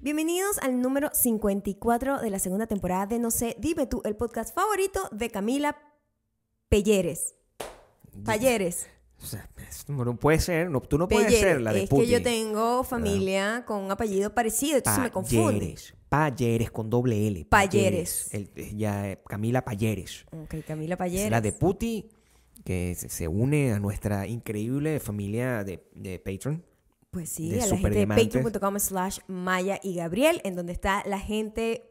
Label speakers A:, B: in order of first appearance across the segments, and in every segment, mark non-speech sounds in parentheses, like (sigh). A: Bienvenidos al número 54 de la segunda temporada de No sé, dime tú, el podcast favorito de Camila Pelleres. Palleres.
B: O sea, es- no puede ser, no, tú no puedes
A: Pelleres.
B: ser la de
A: es
B: Putin. Ah.
A: que yo tengo familia con un apellido parecido, entonces me confunde.
B: Palleres, Palleres con doble L.
A: Palleres.
B: El- eh, ya, eh, Camila Palleres.
A: Ok, Camila
B: Es
A: Palleres.
B: la de Putin que se, se une a nuestra increíble familia de, de Patreon.
A: Pues sí,
B: de
A: a la gente de
B: superdiamantes.
A: patreon.com slash Maya y Gabriel, en donde está la gente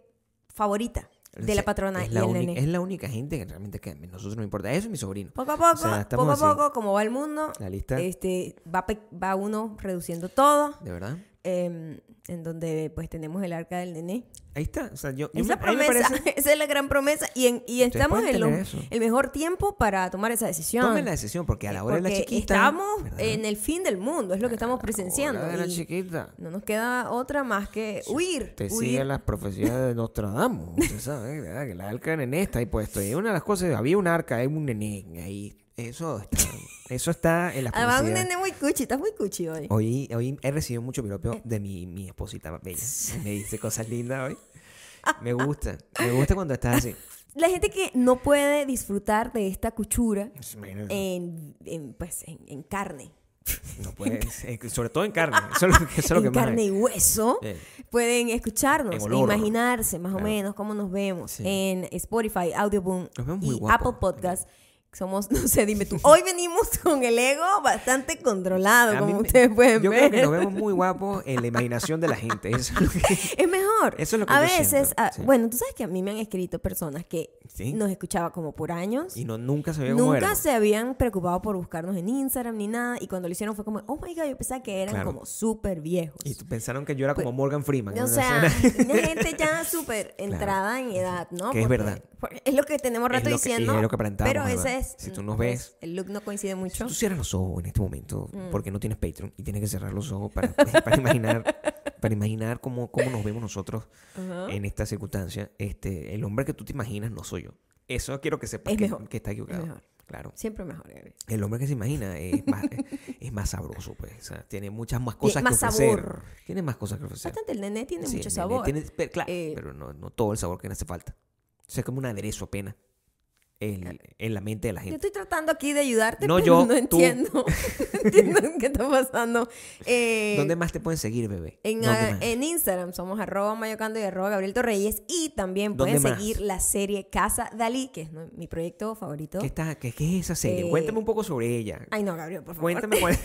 A: favorita de la
B: Es-
A: patrona
B: es
A: y
B: la,
A: el
B: única-
A: nene.
B: es la única gente que realmente que a nosotros no importa. Eso es mi sobrino.
A: Poco a poco,
B: O sea,
A: poco a
B: estamos así.
A: poco, como va el mundo,
B: La lista.
A: este, va, pe- va uno reduciendo todo,
B: De verdad.
A: em, en donde pues tenemos el arca del nené.
B: Ahí está. O sea, yo, yo
A: Esa
B: me- a mí me
A: promesa, (laughs)
B: parece-
A: esa es la gran promesa. Y, en- y estamos
B: pueden
A: en lo-
B: tener eso.
A: el mejor tiempo para tomar esa decisión.
B: Tomen la decisión porque a la hora de la
A: Porque
B: chiquita.
A: Estamos
B: ¿verdad?
A: en el fin del mundo, es lo que estamos presenciando.
B: A la hora de la
A: y
B: chiquita.
A: no nos queda otra más que huir.
B: Te
A: huir.
B: siguen las profecías de Nostradamus. Usted sabe, ¿verdad? Que la arca de nené está ahí puesto. Y una de las cosas, había un arca, hay un nené ahí. Eso está, eso está en las
A: Además, Ah, un
B: profecías.
A: nene muy cuchi, estás muy cuchi hoy.
B: Hoy, hoy he recibido mucho piropio
A: Eh.
B: de mi, mi esposita bella. Me dice cosas
A: (laughs)
B: lindas hoy. Me gusta. Me gusta cuando estás así.
A: La gente que no puede disfrutar de esta cuchura
B: Imagínate,
A: en, en, pues, en, en carne,
B: No puedes, eh, sobre todo en carne. Eso es lo, que- eso es lo
A: en
B: que más.
A: carne y hueso,
B: Eh.
A: pueden escucharnos
B: En
A: e
B: olor.
A: imaginarse más
B: Claro.
A: o menos cómo nos vemos
B: Sí.
A: en Spotify, Audioboom
B: Nos vemos muy
A: y
B: guapos.
A: Apple Podcast. Somos, (laughs) no sé, dime tú. Hoy venimos con el ego bastante controlado,
B: A mí
A: como
B: me-
A: ustedes pueden
B: yo
A: ver.
B: creo que nos vemos muy guapos en la imaginación de la gente. Eso es lo que-
A: (laughs) Es mejor.
B: Eso es lo que
A: A
B: yo
A: veces,
B: siento,
A: a-
B: sí.
A: bueno, tú sabes que a mí me han escrito personas que
B: Sí.
A: nos escuchaba como por años.
B: Y no, nunca se ve cómo
A: Nunca
B: éramos.
A: se habían preocupado por buscarnos en Instagram ni nada. Y cuando lo hicieron fue como, oh my god, yo pensaba que eran
B: Claro.
A: como súper viejos.
B: Y tú- pensaron que yo era como Morgan Freeman.
A: Pues, o
B: ¿no? (laughs)
A: sea,
B: Una-
A: (laughs) una gente ya súper entrada en edad, ¿no?
B: Que es
A: Porque-
B: verdad.
A: porque es lo que tenemos
B: Es
A: rato
B: lo que-
A: diciendo.
B: es lo que aparentamos,
A: pero
B: además.
A: ese es.
B: Si tú nos
A: pues,
B: ves-
A: El look no coincide mucho.
B: Tú cierras los ojos en este momento
A: Mm.
B: porque no tienes Patreon y tienes que cerrar los ojos para, (laughs) para imaginar, para imaginar cómo, cómo nos vemos
A: (laughs)
B: nosotros
A: ¿Ah?
B: en esta circunstancia. Este, el hombre que tú te imaginas no soy yo. Eso quiero que sepas
A: Es
B: que,
A: mejor.
B: que está equivocado.
A: mejor.
B: Claro.
A: Siempre mejor. Gabriel.
B: El hombre que se imagina es más, (laughs) es más sabroso, pues. O sea, tiene muchas más cosas
A: más
B: que ofrecer.
A: sabor.
B: Tiene más cosas que ofrecer.
A: Bastante el nene tiene
B: Sí,
A: mucho
B: el nene
A: sabor.
B: tiene- pe- claro,
A: Eh,
B: pero no, no todo el sabor que le hace falta. O sea, es como un aderezo apenas
A: ah,
B: en, en la mente de la
A: Yo
B: gente.
A: estoy tratando aquí de ayudarte,
B: No,
A: pero
B: yo,
A: no
B: tú.
A: entiendo. (laughs) No
B: (laughs)
A: entiendo qué está pasando. Eh,
B: ¿Dónde más te pueden seguir, bebé?
A: En,
B: ¿Dónde
A: ah,
B: más?
A: en Instagram somos arroba mayocando y arroba Gabriel Torreyes y también
B: ¿Dónde
A: pueden
B: más?
A: seguir la serie Casa Dalí, que es ¿no? mi proyecto favorito.
B: ¿Qué, está, qué, qué es esa serie?
A: Eh,
B: Cuéntame un poco sobre ella.
A: Ay no, Gabriel, por favor. (laughs)
B: Cuéntame cuál-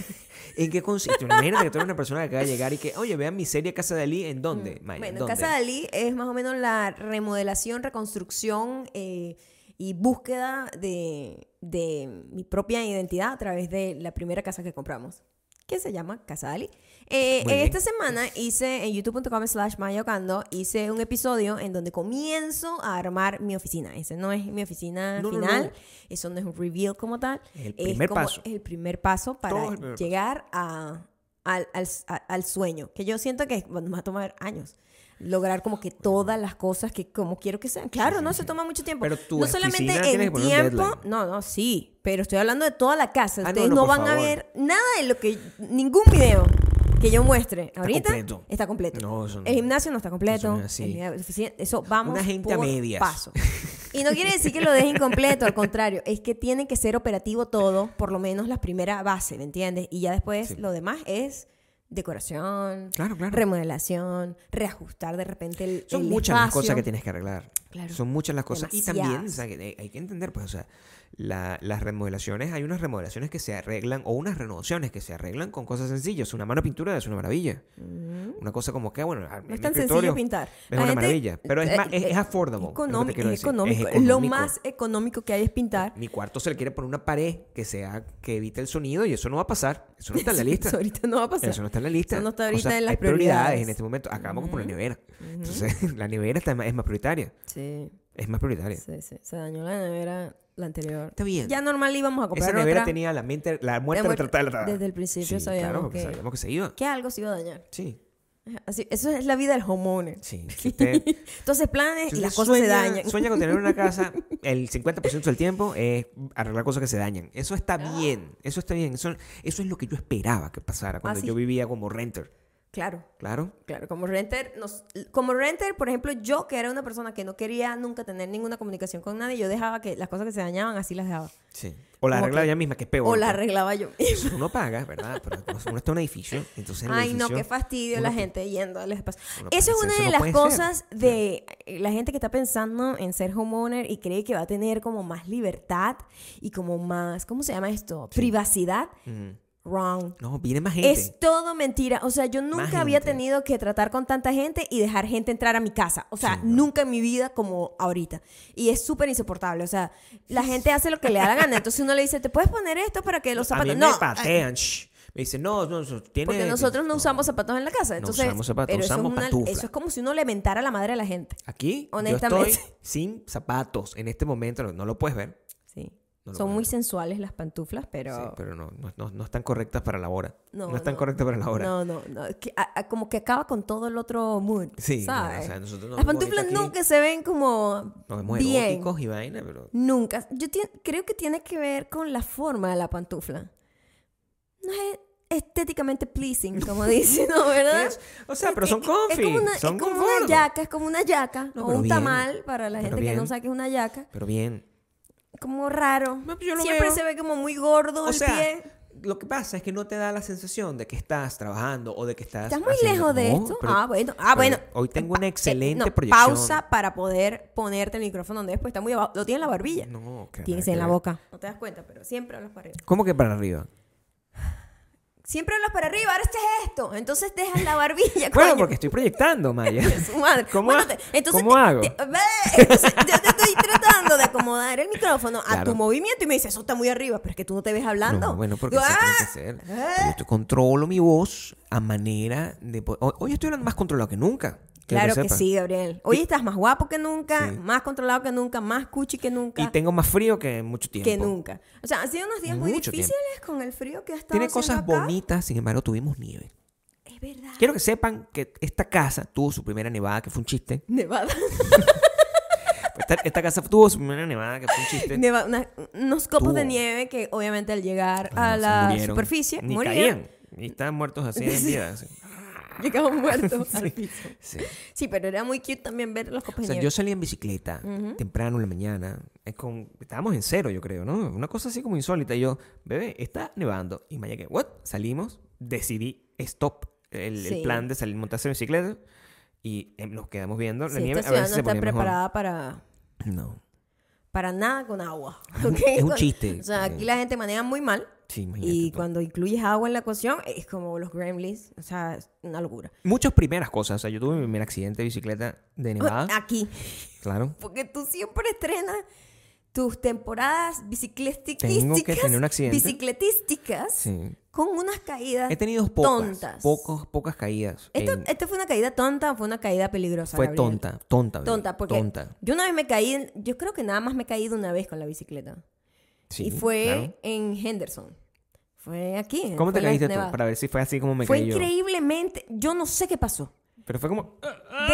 B: en qué consiste. Imagínate que tú eres una persona que acaba de llegar y que, oye, vean mi serie Casa de Ali. ¿En dónde? Maya?
A: Mm,
B: ¿En
A: Bueno,
B: dónde?
A: Casa Dalí es más o menos la remodelación, reconstrucción eh, y búsqueda de, de mi propia identidad a través de la primera casa que compramos, que se llama Casa Dalí. Eh,
B: Muy bien.
A: esta semana hice en youtube.com slash mayocando, hice un episodio en donde comienzo a armar mi oficina. Ese no es mi oficina
B: No, no,
A: final,
B: no.
A: eso no es un reveal como tal.
B: Es el
A: Es
B: primer
A: como
B: paso.
A: el primer paso para
B: Todo es el primer paso.
A: llegar a, al, al- a- al sueño, que yo siento que bueno, me va a tomar años lograr como que todas las cosas que como quiero que sean. Claro, no se toma mucho tiempo.
B: Pero tu
A: no solamente
B: oficina tiene
A: en
B: que poner un
A: tiempo,
B: deadline.
A: no, no, sí, pero estoy hablando de toda la casa.
B: Ah, no,
A: Ustedes no,
B: no, por
A: van a
B: favor.
A: ver nada de lo que ningún video que yo muestre ahorita
B: completo.
A: está completo.
B: No, eso no.
A: El gimnasio no está completo.
B: Eso no es así.
A: el- la oficina- eso vamos
B: Una gente a
A: por
B: medias. (laughs)
A: paso. Y no quiere decir que lo dejen completo, al contrario, es que tiene que ser operativo todo, por lo menos la primera base, ¿me entiendes? Y ya después
B: Sí.
A: lo demás es decoración,
B: Claro, claro.
A: remodelación, reajustar de repente el
B: Son
A: el
B: muchas las cosas
A: espacio.
B: que tienes que arreglar.
A: Claro.
B: Son muchas las cosas. Y también
A: Demasiadas.
B: o sea, que hay- hay que entender, pues, o sea, la- las remodelaciones, hay unas remodelaciones que se arreglan o unas renovaciones que se arreglan con cosas sencillas. Una mano pintura es una maravilla. Una cosa como que, bueno,
A: Mm. No es
B: mi
A: tan
B: escritorio
A: sencillo pintar.
B: Es
A: La
B: una
A: gente-
B: maravilla. Pero es,
A: eh,
B: ma- es,
A: eh,
B: es affordable. es lo que te
A: economi-
B: quiero
A: es
B: decir. Es
A: económico. Lo
B: económico.
A: más económico que hay es pintar.
B: Mi cuarto se le quiere poner una pared que sea que evite el sonido y eso no va a pasar. Eso no está en
A: (laughs)
B: la lista.
A: Eso ahorita no va a pasar.
B: Eso no está en la lista.
A: Eso no está
B: O
A: ahorita
B: sea,
A: en las
B: hay prioridades.
A: prioridades.
B: en este momento. Acabamos con la nevera. Entonces, (laughs) la nevera está, ma- es más prioritaria.
A: Sí,
B: Es más prioritaria.
A: sí, sí. Se dañó la nevera la anterior.
B: Está bien.
A: Ya normal íbamos a comprar
B: Esa nevera
A: otra.
B: tenía la mente, la muerte
A: muerte-
B: retratada. retratada.
A: desde el principio
B: Sí,
A: sabíamos
B: claro, porque
A: que-
B: sabíamos que se iba.
A: Que algo se iba a dañar.
B: Sí,
A: Así, eso es la vida del homeowner. (laughs)
B: sí. Si usted,
A: Entonces planes
B: si
A: y
B: usted
A: las cosas
B: sueña,
A: se dañan.
B: Sueña con tener
A: (laughs)
B: una casa, el 50% del tiempo es arreglar cosas que se dañan. Eso
A: Ah.
B: está bien, eso está bien. Eso, eso es lo que yo esperaba que pasara cuando
A: Así.
B: yo vivía como renter.
A: Claro.
B: Claro.
A: Claro, como renter, nos- como renter, por ejemplo, yo que era una persona que no quería nunca tener ninguna comunicación con nadie, yo dejaba que las cosas que se dañaban así las dejaba.
B: Sí. O la
A: Como
B: arregla
A: que-
B: ella misma, que es peor.
A: O la
B: porque
A: arreglaba yo.
B: Uno paga, ¿verdad? Pero uno está en un edificio, entonces en el
A: Ay, no,
B: edificio-
A: qué fastidio la
B: uno-
A: gente yendo al espacio.
B: Uno
A: Eso es
B: piensa,
A: una
B: eso
A: de
B: no
A: las
B: puede ser.
A: cosas de la gente que está pensando en ser homeowner y cree que va a tener como más libertad y como más, ¿cómo se llama esto? Privacidad.
B: Mm.
A: Wrong.
B: No, viene más gente.
A: Es todo mentira. O sea, yo nunca había
B: gente.
A: tenido que tratar con tanta gente y dejar gente entrar a mi casa. O sea,
B: Sí, no.
A: nunca en mi vida como ahorita. Y es súper insoportable. O sea, la gente hace lo que le da la gana. Entonces uno le dice, ¿te puedes poner esto para
B: (laughs)
A: que los
B: A
A: zapatos
B: mí
A: no?
B: me patean. shh. Me dicen, no, no, no, tiene...
A: Porque nosotros no usamos zapatos en la casa. Entonces,
B: usamos zapatos,
A: pero eso es
B: usamos
A: una-
B: pantufla.
A: eso es como si uno le mentara la madre a la gente.
B: Aquí
A: Honestamente.
B: yo estoy sin zapatos en este momento, no lo puedes ver,
A: Sí.
B: No lo
A: Son
B: puedo
A: muy sensuales las pantuflas, pero...
B: sí, pero no, no, no- no están correctas para la hora.
A: No,
B: No, están
A: no.
B: correctas para la hora.
A: No, no, no. Es que, a- a- como que acaba con todo el otro mood.
B: Sí, no,
A: ¿sabes?
B: o sea, nosotros nos
A: las
B: vemos ahorita
A: pantuflas
B: aquí,
A: nunca se ven como
B: Nos vemos
A: bien.
B: eróticos y vaina, pero...
A: Nunca. Yo ti- creo que tiene que ver con la forma de la pantufla. No es estéticamente pleasing, como (laughs) dicen, ¿no? ¿Verdad?
B: Es- o sea, pero
A: Es-
B: son
A: es-
B: comfy.
A: Es como una,
B: son
A: es como
B: confort.
A: una yaca, es como una yaca.
B: No,
A: o
B: pero
A: un
B: bien.
A: tamal, para la
B: Pero
A: gente que no
B: bien.
A: sabe que es una yaca.
B: Pero bien.
A: Como raro.
B: No, pues yo lo
A: Siempre
B: veo.
A: se ve como muy gordo
B: O
A: el
B: sea,
A: pie.
B: lo que pasa es que no te da la sensación de que estás trabajando o de que estás...
A: Estás muy
B: haciendo-
A: lejos de
B: No,
A: esto.
B: pero-
A: ah, bueno. Ah,
B: pero
A: bueno.
B: Hoy tengo
A: Pa-
B: una
A: eh,
B: excelente
A: no,
B: proyección.
A: Pausa para poder ponerte el micrófono donde es, porque está muy abajo. Lo tiene en la barbilla.
B: No, que
A: Tienes
B: nada
A: en
B: que
A: la
B: ver.
A: boca. No te das cuenta, pero siempre hablas para arriba.
B: ¿Cómo que
A: (laughs)
B: para arriba?
A: Siempre hablas para arriba, ahora este es esto. Entonces dejas la
B: (laughs)
A: barbilla.
B: Bueno,
A: coño.
B: porque estoy proyectando,
A: (laughs)
B: Maya.
A: Su madre.
B: ¿Cómo
A: Bueno,
B: ha-
A: te- entonces
B: cómo
A: te-
B: hago?
A: te- ve, entonces yo te estoy tratando de acomodar el micrófono a
B: Claro.
A: tu movimiento y me dices, eso está muy arriba, pero es que tú no te ves hablando.
B: No, bueno, porque
A: Yo,
B: eso
A: "Ah".
B: tiene que ser. Pero
A: (laughs)
B: yo controlo mi voz a manera de... po- ho- Hoy estoy hablando más controlado que nunca. quiero
A: Claro que,
B: sepan.
A: sí, Gabriel. Hoy estás más guapo que nunca,
B: Sí.
A: más controlado que nunca, más cuchi que nunca,
B: Y tengo más frío que en mucho tiempo.
A: que nunca. O sea, han sido unos días muy
B: Mucho
A: difíciles con el frío que ha estado
B: Tiene
A: haciendo
B: cosas
A: acá.
B: bonitas, sin embargo, tuvimos nieve.
A: Es verdad.
B: Quiero que sepan que esta casa tuvo su primera nevada, que fue un chiste.
A: Nevada.
B: Esta, esta casa tuvo su primera nevada, que fue un
A: (laughs)
B: chiste.
A: Neva- una- unos copos de
B: Tuvo.
A: nieve que obviamente al llegar
B: Bueno,
A: a
B: Pues se
A: la
B: murieron,
A: superficie (laughs)
B: Ni
A: morían.
B: caían. Y estaban muertos así en vida. así. (laughs)
A: Llegaban muertos al piso.
B: Sí.
A: (laughs) Sí, pero era muy cute también ver los copos
B: O
A: de
B: sea,
A: nieve.
B: yo salí en bicicleta temprano en la mañana. Es con, estábamos en cero, yo creo, ¿no? Una cosa así como insólita. Y yo, bebé, está nevando. Y Maya que, ¿what? Salimos, decidí stop el, el
A: Sí.
B: plan de salir, montarse en bicicleta. Y eh, nos quedamos viendo la
A: Sí,
B: nieve.
A: esta
B: a ver
A: ciudad
B: si
A: no
B: se
A: está
B: ponía mejor.
A: preparada para,
B: No.
A: para nada con
B: (laughs)
A: agua.
B: Es un-
A: ¿ok?
B: es un
A: Con-
B: chiste.
A: O sea, aquí la gente maneja muy mal.
B: Sí, imagínate.
A: Y
B: tú.
A: cuando incluyes agua en la ecuación, es como los gremlins. O sea, es una locura.
B: Muchas primeras cosas. O sea, yo tuve mi primer accidente de bicicleta
A: Ah,
B: de nevada.
A: (laughs) Aquí.
B: Claro.
A: Porque tú siempre estrenas tus temporadas bicicletísticas.
B: Tengo que tener un accidente.
A: Bicicletísticas.
B: Sí.
A: Con unas caídas.
B: He tenido pocas.
A: Tontas.
B: Pocos, pocas caídas.
A: ¿Esto,
B: en-
A: esto fue una caída tonta o fue una caída peligrosa?
B: fue
A: Gabriel?
B: tonta, tonta. bebé,
A: Tonta, porque
B: Tonta.
A: yo una vez me caí, en- yo creo que nada más me he caído una vez con la bicicleta.
B: Sí,
A: y fue
B: claro.
A: en Henderson. Fue aquí. en-
B: ¿Cómo
A: fue
B: te
A: en la
B: caíste tú?
A: Nevada.
B: Para ver si fue así como me
A: Fue
B: caí yo.
A: increíblemente, yo no sé qué pasó.
B: Pero fue como. "Ah,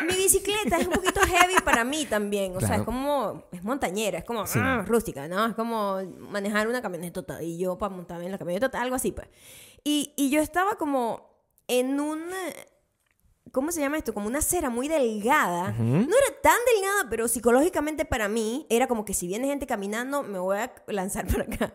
A: De- mi bicicleta es un poquito heavy para mí también. O sea,
B: Claro.
A: es como, es montañera, es como
B: Sí.
A: ah, rústica, ¿no? Es como manejar una camionetota y yo para montarme en la camionetota, algo así, pues. Y, y yo estaba como en un, ¿cómo se llama esto? Como una acera muy delgada. No era tan delgada, pero psicológicamente para mí era como que si viene gente caminando, me voy a lanzar (laughs) para acá,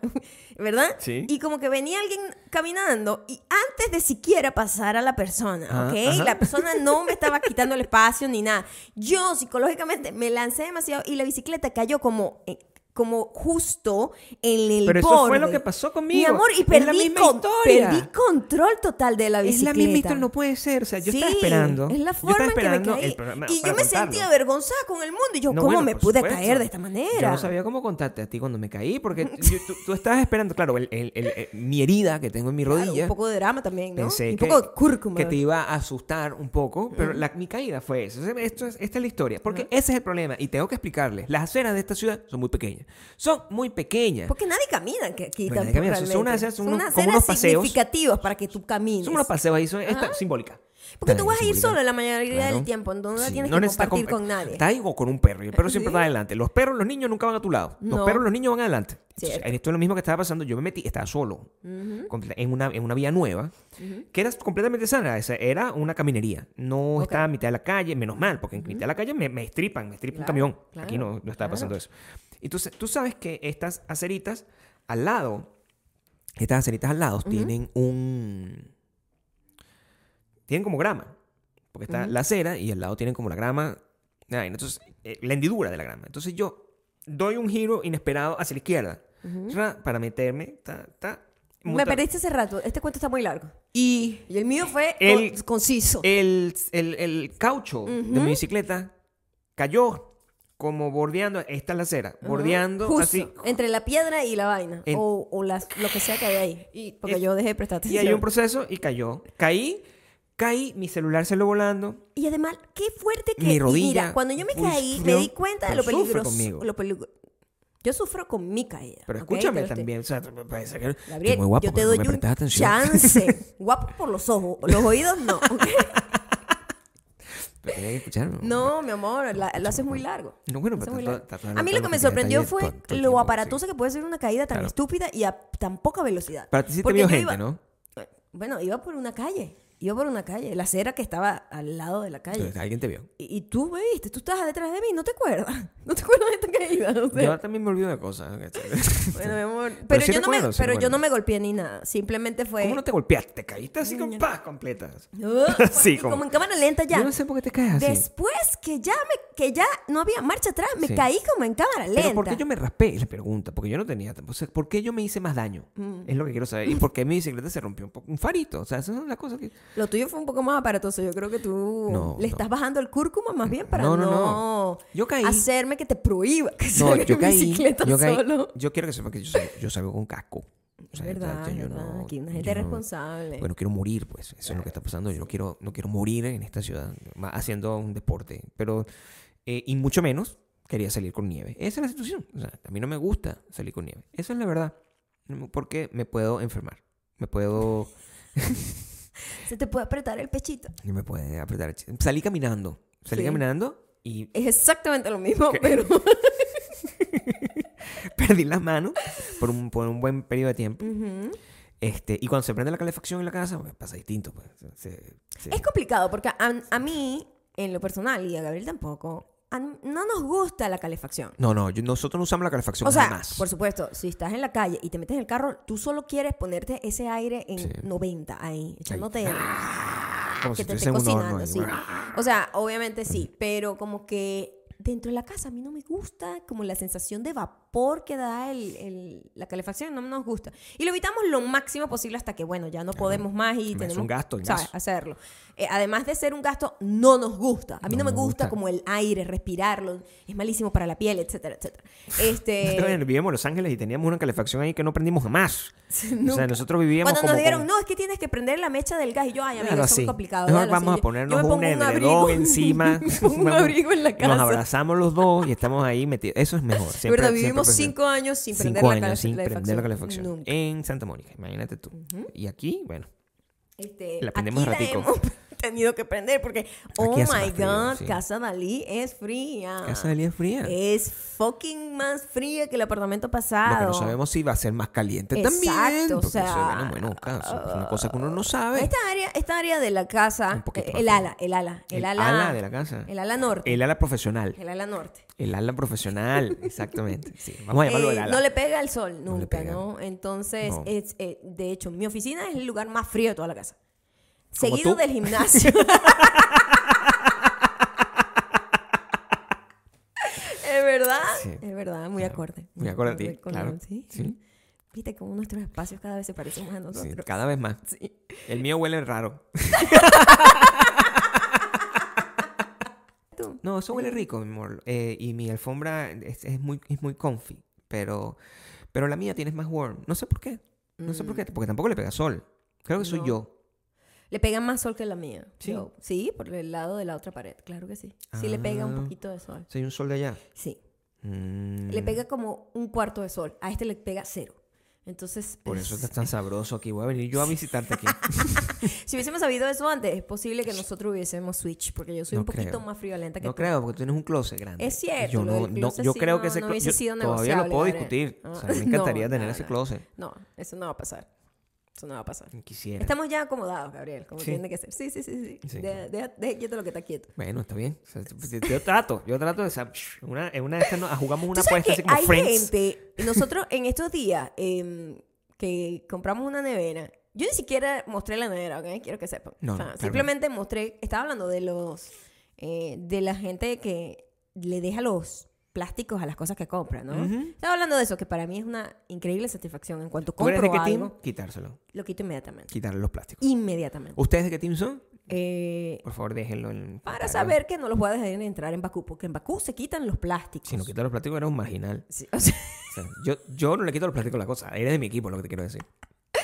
A: ¿verdad?
B: Sí.
A: Y como que venía alguien caminando y antes de siquiera pasar a la persona,
B: Ah,
A: ¿ok?
B: ajá.
A: La persona no me estaba quitando el espacio ni nada. Yo psicológicamente me lancé demasiado y la bicicleta cayó como, eh, como justo en el
B: Pero eso
A: borde.
B: fue lo que pasó conmigo.
A: Mi amor, y
B: Es la
A: perdí,
B: misma
A: con-
B: historia.
A: perdí control total de la
B: Es
A: bicicleta.
B: la misma historia, no puede ser. O sea, yo estaba
A: Sí,
B: esperando.
A: Es la
B: yo
A: forma
B: estaba
A: en que
B: esperando
A: me
B: el
A: caí.
B: programa
A: y yo
B: para
A: me sentí
B: contarlo.
A: avergonzada con el mundo. Y yo,
B: No,
A: ¿cómo
B: bueno,
A: me
B: por
A: pude
B: supuesto.
A: caer de esta
B: Yo
A: manera?
B: no sabía cómo contarte a ti cuando me caí, porque yo- tú, tú estabas esperando, claro, el- el- el- el- mi herida que tengo en mi
A: Claro,
B: rodilla.
A: un poco de drama también, ¿no?
B: Pensé
A: Y un
B: que,
A: poco de cúrcuma.
B: que te iba a asustar un poco, pero la- mi caída fue eso. O sea, Esto es, esta es la historia, porque ese es el problema y tengo que explicarles. Las aceras de esta ciudad son muy pequeñas. Son muy pequeñas.
A: Porque nadie camina aquí aquí
B: Bueno,
A: tampoco
B: nadie camina, son- son
A: pues, realmente.
B: unas aceras, son unos-
A: unas
B: como
A: aceras
B: unos paseos.
A: significativas para que tú camines.
B: Son unos paseos ahí, son esta, simbólica.
A: Porque
B: Tan
A: tú vas a ir
B: simbólica.
A: solo la mayoría
B: Claro.
A: del tiempo, entonces
B: Sí,
A: no tienes
B: no
A: que
B: necesitas
A: compartir
B: comp-
A: con nadie.
B: Está ahí o con un perro y el perro siempre
A: Sí.
B: va adelante. Los perros, los niños nunca van a tu lado. Los
A: No.
B: perros, los niños van adelante. Entonces,
A: Cierto.
B: esto es lo mismo que estaba pasando. Yo me metí, estaba solo, comple- en, una, en una vía nueva, que era completamente sana. Esa era una caminería. No
A: Ok.
B: estaba a mitad de la calle, menos mal, porque en mitad de la calle me, me estripan, me estripa un
A: Claro,
B: camión. Aquí
A: claro,
B: no, no estaba
A: claro.
B: pasando eso. Entonces, tú sabes que estas aceritas al lado, estas aceritas al lado tienen un... Tienen como grama. Porque está la acera y al lado tienen como la grama. ay, entonces, eh, la hendidura de la grama. Entonces yo doy un giro inesperado hacia la izquierda. ra, Para meterme. ta, ta,
A: Me
B: monta-
A: perdiste hace rato. Este cuento está muy largo.
B: Y
A: Y el mío fue
B: El-
A: con- conciso.
B: el, el- el caucho de mi bicicleta cayó como bordeando. Esta es la acera. Bordeando
A: Justo,
B: así.
A: entre la piedra y la vaina.
B: En-
A: o o las, lo que sea que hay ahí.
B: Y-
A: porque
B: y-
A: yo dejé de prestar
B: Y
A: atención.
B: hay un proceso y cayó. Caí, caí, mi celular se lo volando.
A: Y además, qué fuerte que...
B: Mi
A: y
B: rodilla
A: mira, cuando yo me
B: sufrió,
A: caí, me di cuenta de
B: pero
A: lo
B: sufre
A: peligroso.
B: conmigo.
A: Lo peligro- Yo sufro con mi caída.
B: Pero
A: ¿ok? Te
B: escúchame
A: lo estoy-
B: también. O sea, parece que estoy
A: Gabriel,
B: muy guapo,
A: yo te
B: pero no
A: doy
B: me
A: un
B: prestas atención. (laughs)
A: chance. guapo por los ojos. Los oídos no. ¿ok?
B: Pero tenía que escucharme.
A: No, mi amor, la- lo haces muy largo.
B: No, bueno,
A: Lo haces
B: pero
A: muy
B: está-
A: largo.
B: está- está-
A: A mí
B: está-
A: lo que me
B: está-
A: sorprendió
B: está-
A: fue
B: está- está-
A: lo
B: sí.
A: aparatosa que puede ser una caída tan
B: Claro.
A: estúpida y a tan poca velocidad.
B: Para ti sí te
A: Porque
B: vio
A: yo
B: gente,
A: iba- eh,
B: ¿no?
A: Bueno, iba por una calle. Iba por una calle. La acera que estaba al lado de la calle.
B: Entonces, Alguien
A: (laughs)
B: te vio.
A: Y, y tú me viste, tú estabas detrás de mí, no te acuerdas. (laughs) No te acuerdas de esta caída. No sé.
B: Yo también me olvido de cosas.
A: Bueno, mi amor. Pero,
B: sí
A: yo, no me,
B: recuerdo, sí
A: pero yo
B: recuerdo.
A: no me golpeé ni nada. Simplemente (laughs) fue. (laughs)
B: ¿Cómo no te golpeaste? ¿Te caíste así con paz completas?
A: Ah,
B: (laughs) Sí,
A: y como...
B: como-
A: en cámara lenta ya.
B: Yo no sé por qué te caes así.
A: Después que ya me, que ya no había marcha atrás, me
B: Sí.
A: caí como en cámara lenta.
B: Pero ¿por qué yo me raspé? Es la pregunta, porque yo no tenía tampoco. O sea, ¿por qué yo me hice más daño?
A: Mm.
B: Es lo que quiero saber. ¿Y por qué mi bicicleta se rompió un, poco, un farito? O sea, esas son las cosas que...
A: Lo tuyo fue un poco más aparatoso. Yo creo que tú
B: No,
A: le
B: no.
A: estás bajando el cúrcuma más bien para no,
B: No, no, no. Yo caí.
A: hacerme que te prohíba que
B: No,
A: salgas
B: yo
A: en
B: caí.
A: bicicleta
B: yo caí.
A: solo.
B: Yo quiero que sepa que yo salgo, yo salgo con casco. O sea,
A: verdad,
B: yo
A: verdad.
B: no-
A: Aquí una
B: yo
A: gente
B: no-
A: responsable.
B: Bueno, quiero morir, pues. Eso es lo que está pasando. Yo no quiero, no quiero morir en esta ciudad ma- haciendo un deporte. Pero, eh, y mucho menos, quería salir con nieve. Esa es la situación. O sea, a mí no me gusta salir con nieve. Esa es la verdad. No me- Porque me puedo enfermar. Me puedo...
A: Se te puede apretar el pechito.
B: No me puede apretar. el chi- Salí caminando. Salí
A: Sí.
B: caminando y
A: Es exactamente lo mismo,
B: ¿Qué? (laughs)
A: pero (laughs)
B: perdí las manos por un, por un buen periodo de tiempo. este, y cuando se prende la calefacción en la casa, pues, pasa distinto. Pues. Se- se- se-
A: es complicado porque a, a mí, en lo personal, y a Gabriel tampoco, a- no nos gusta la calefacción.
B: No, no, yo- nosotros no usamos la calefacción
A: O sea,
B: jamás.
A: por supuesto, si estás en la calle y te metes en el carro, tú solo quieres ponerte ese aire en
B: Sí. Ah,
A: 90 ahí, echándote el-
B: Como
A: que
B: si
A: te
B: estuviese
A: esté
B: en un horno
A: cocinando,
B: ahí.
A: sí. Eh, O sea, obviamente sí, pero como que dentro de la casa a mí no me gusta como la sensación de vapor que da el- el- la calefacción, no nos gusta. Y lo evitamos lo máximo posible hasta que, bueno, ya no podemos más y
B: Es
A: tenemos
B: un gasto y
A: ¿sabes?
B: más.
A: hacerlo. Eh, además de ser un gasto, no nos gusta. A mí no, me gusta, como el aire, respirarlo, es malísimo para la piel, etcétera,
B: (laughs)
A: etcétera. Este,
B: Nosotros vivíamos en Los Ángeles y teníamos una calefacción ahí que no prendimos
A: (laughs)
B: jamás. O
A: nunca.
B: sea, nosotros vivíamos
A: Cuando
B: como
A: nos dijeron,
B: con-
A: no, es que tienes que prender la mecha del gas. Y yo, ay, amigo,
B: Claro,
A: eso
B: así.
A: es complicado.
B: Mejor
A: dale,
B: vamos
A: así.
B: a
A: Yo- yo
B: ponernos
A: me
B: un
A: pongo
B: edredón
A: abrigo. (laughs)
B: encima.
A: Me
B: (laughs)
A: pongo un
B: Vamos-
A: abrigo en la casa.
B: Nos abrazamos los dos y estamos ahí metidos. Eso
A: (laughs)
B: es mejor.
A: De
B: Siempre,
A: verdad,
B: siempre
A: vivimos
B: prefiero-
A: cinco años sin prender
B: Cinco
A: la,
B: años
A: calef-
B: sin
A: la
B: prender la Eh,
A: calefacción.
B: calefacción.
A: Nunca.
B: En Santa Mónica, imagínate tú. Y aquí, bueno,
A: Este,
B: La prendemos
A: aquí
B: ratico.
A: la hemos (laughs) tenido que prender porque, oh
B: hace
A: my
B: más frío,
A: God,
B: sí.
A: Casa Dalí es fría.
B: casa de Lía es fría.
A: Es fucking más fría que el apartamento pasado.
B: Lo que no sabemos si va a ser más caliente también.
A: Exacto, o
B: porque eso,
A: sea, ah,
B: bueno, bueno, caso, es una cosa que uno no sabe.
A: Esta área, esta área de la
B: Un
A: casa,
B: poquito
A: eh,
B: más
A: el
B: fría.
A: ala, el ala, el,
B: El
A: ala,
B: ala de la casa.
A: el ala norte,
B: El ala profesional.
A: el ala norte.
B: El ala
A: (laughs)
B: profesional, exactamente. Sí, vamos a llamarlo
A: Eh,
B: el ala.
A: no le pega el sol
B: No le
A: nunca,
B: pega.
A: ¿no? Entonces,
B: No.
A: es, eh, de hecho, mi oficina es el lugar más frío de toda la casa.
B: Como
A: Seguido
B: tú.
A: del gimnasio.
B: (laughs)
A: es verdad,
B: Sí.
A: es verdad, muy acorde.
B: Me acuerdo de ti,
A: con-
B: claro.
A: ¿sí?
B: Sí,
A: Viste cómo nuestros espacios cada vez se parecen más a
B: sí,
A: nosotros.
B: cada vez más. El mío huele raro.
A: (laughs) Tú.
B: No, eso huele rico, mi amor. Eh, y mi alfombra es, es muy, es muy comfy, pero, pero la mía tienes más warm. No sé por qué. No sé por qué, porque tampoco le pega sol. Creo que soy
A: Mm. No.
B: yo.
A: Le pega más sol que la mía.
B: Sí.
A: Yo- sí, por el lado de la otra pared, claro que sí. Sí le pega un
B: Ah.
A: poquito de sol.
B: Soy un sol de allá.
A: Sí.
B: Mm.
A: Le pega como un cuarto de sol. A este le pega cero. Entonces,
B: Por
A: es-
B: eso está
A: (laughs)
B: tan sabroso aquí. Voy a venir yo a visitarte aquí.
A: si hubiésemos sabido eso antes, es posible que nosotros hubiésemos switch, porque yo soy
B: No
A: un poquito
B: creo.
A: más friolenta que
B: No
A: tú.
B: creo, porque tú tienes un closet grande.
A: Es cierto,
B: Yo,
A: lo
B: no,
A: del
B: no-
A: closet
B: yo
A: sí
B: creo
A: no-
B: que ese
A: no
B: clo-
A: hubiese
B: yo
A: sido
B: Todavía lo
A: negociable,
B: puedo
A: Adrián.
B: discutir. O sea,
A: (laughs)
B: me
A: No,
B: encantaría
A: no,
B: tener
A: no,
B: ese
A: no.
B: closet.
A: No, eso no va a pasar. Eso no va a pasar.
B: Quisiera.
A: Estamos ya acomodados, Gabriel, como
B: Sí.
A: tiene que ser. Sí, sí, sí, sí.
B: Sí.
A: Deja, deja- deja quieto lo que está quieto.
B: Bueno, está bien. O sea, pues, yo- yo trato, yo trato de esa- una, en una de estas no- ah, jugamos
A: ¿Tú
B: una
A: sabes
B: apuesta
A: que
B: así como
A: hay
B: Friends.
A: gente, nosotros en estos días em, que compramos una nevera, yo ni siquiera mostré la nevera, ¿ok? Quiero que sepan.
B: No,
A: O sea,
B: no, claro.
A: simplemente mostré, estaba hablando de los, eh, de la gente que le deja los plásticos a las cosas que compra, ¿no?
B: Ujú.
A: Estaba hablando de eso, que para mí es una increíble satisfacción. En cuanto
B: ¿Tú eres de
A: compro
B: qué
A: algo,
B: team? Quitárselo,
A: lo quito inmediatamente.
B: quitarle los plásticos.
A: Inmediatamente.
B: ¿Ustedes de qué team son?
A: Eh,
B: Por favor, déjenlo en
A: para
B: comentarios.
A: saber que no los voy a dejar entrar en Bakú, porque en Bakú se quitan los plásticos.
B: Si no quita los plásticos, era un marginal.
A: Sí, o sea,
B: O sea, yo, yo no le quito los plásticos a la cosa. Eres de mi equipo, lo que te quiero decir.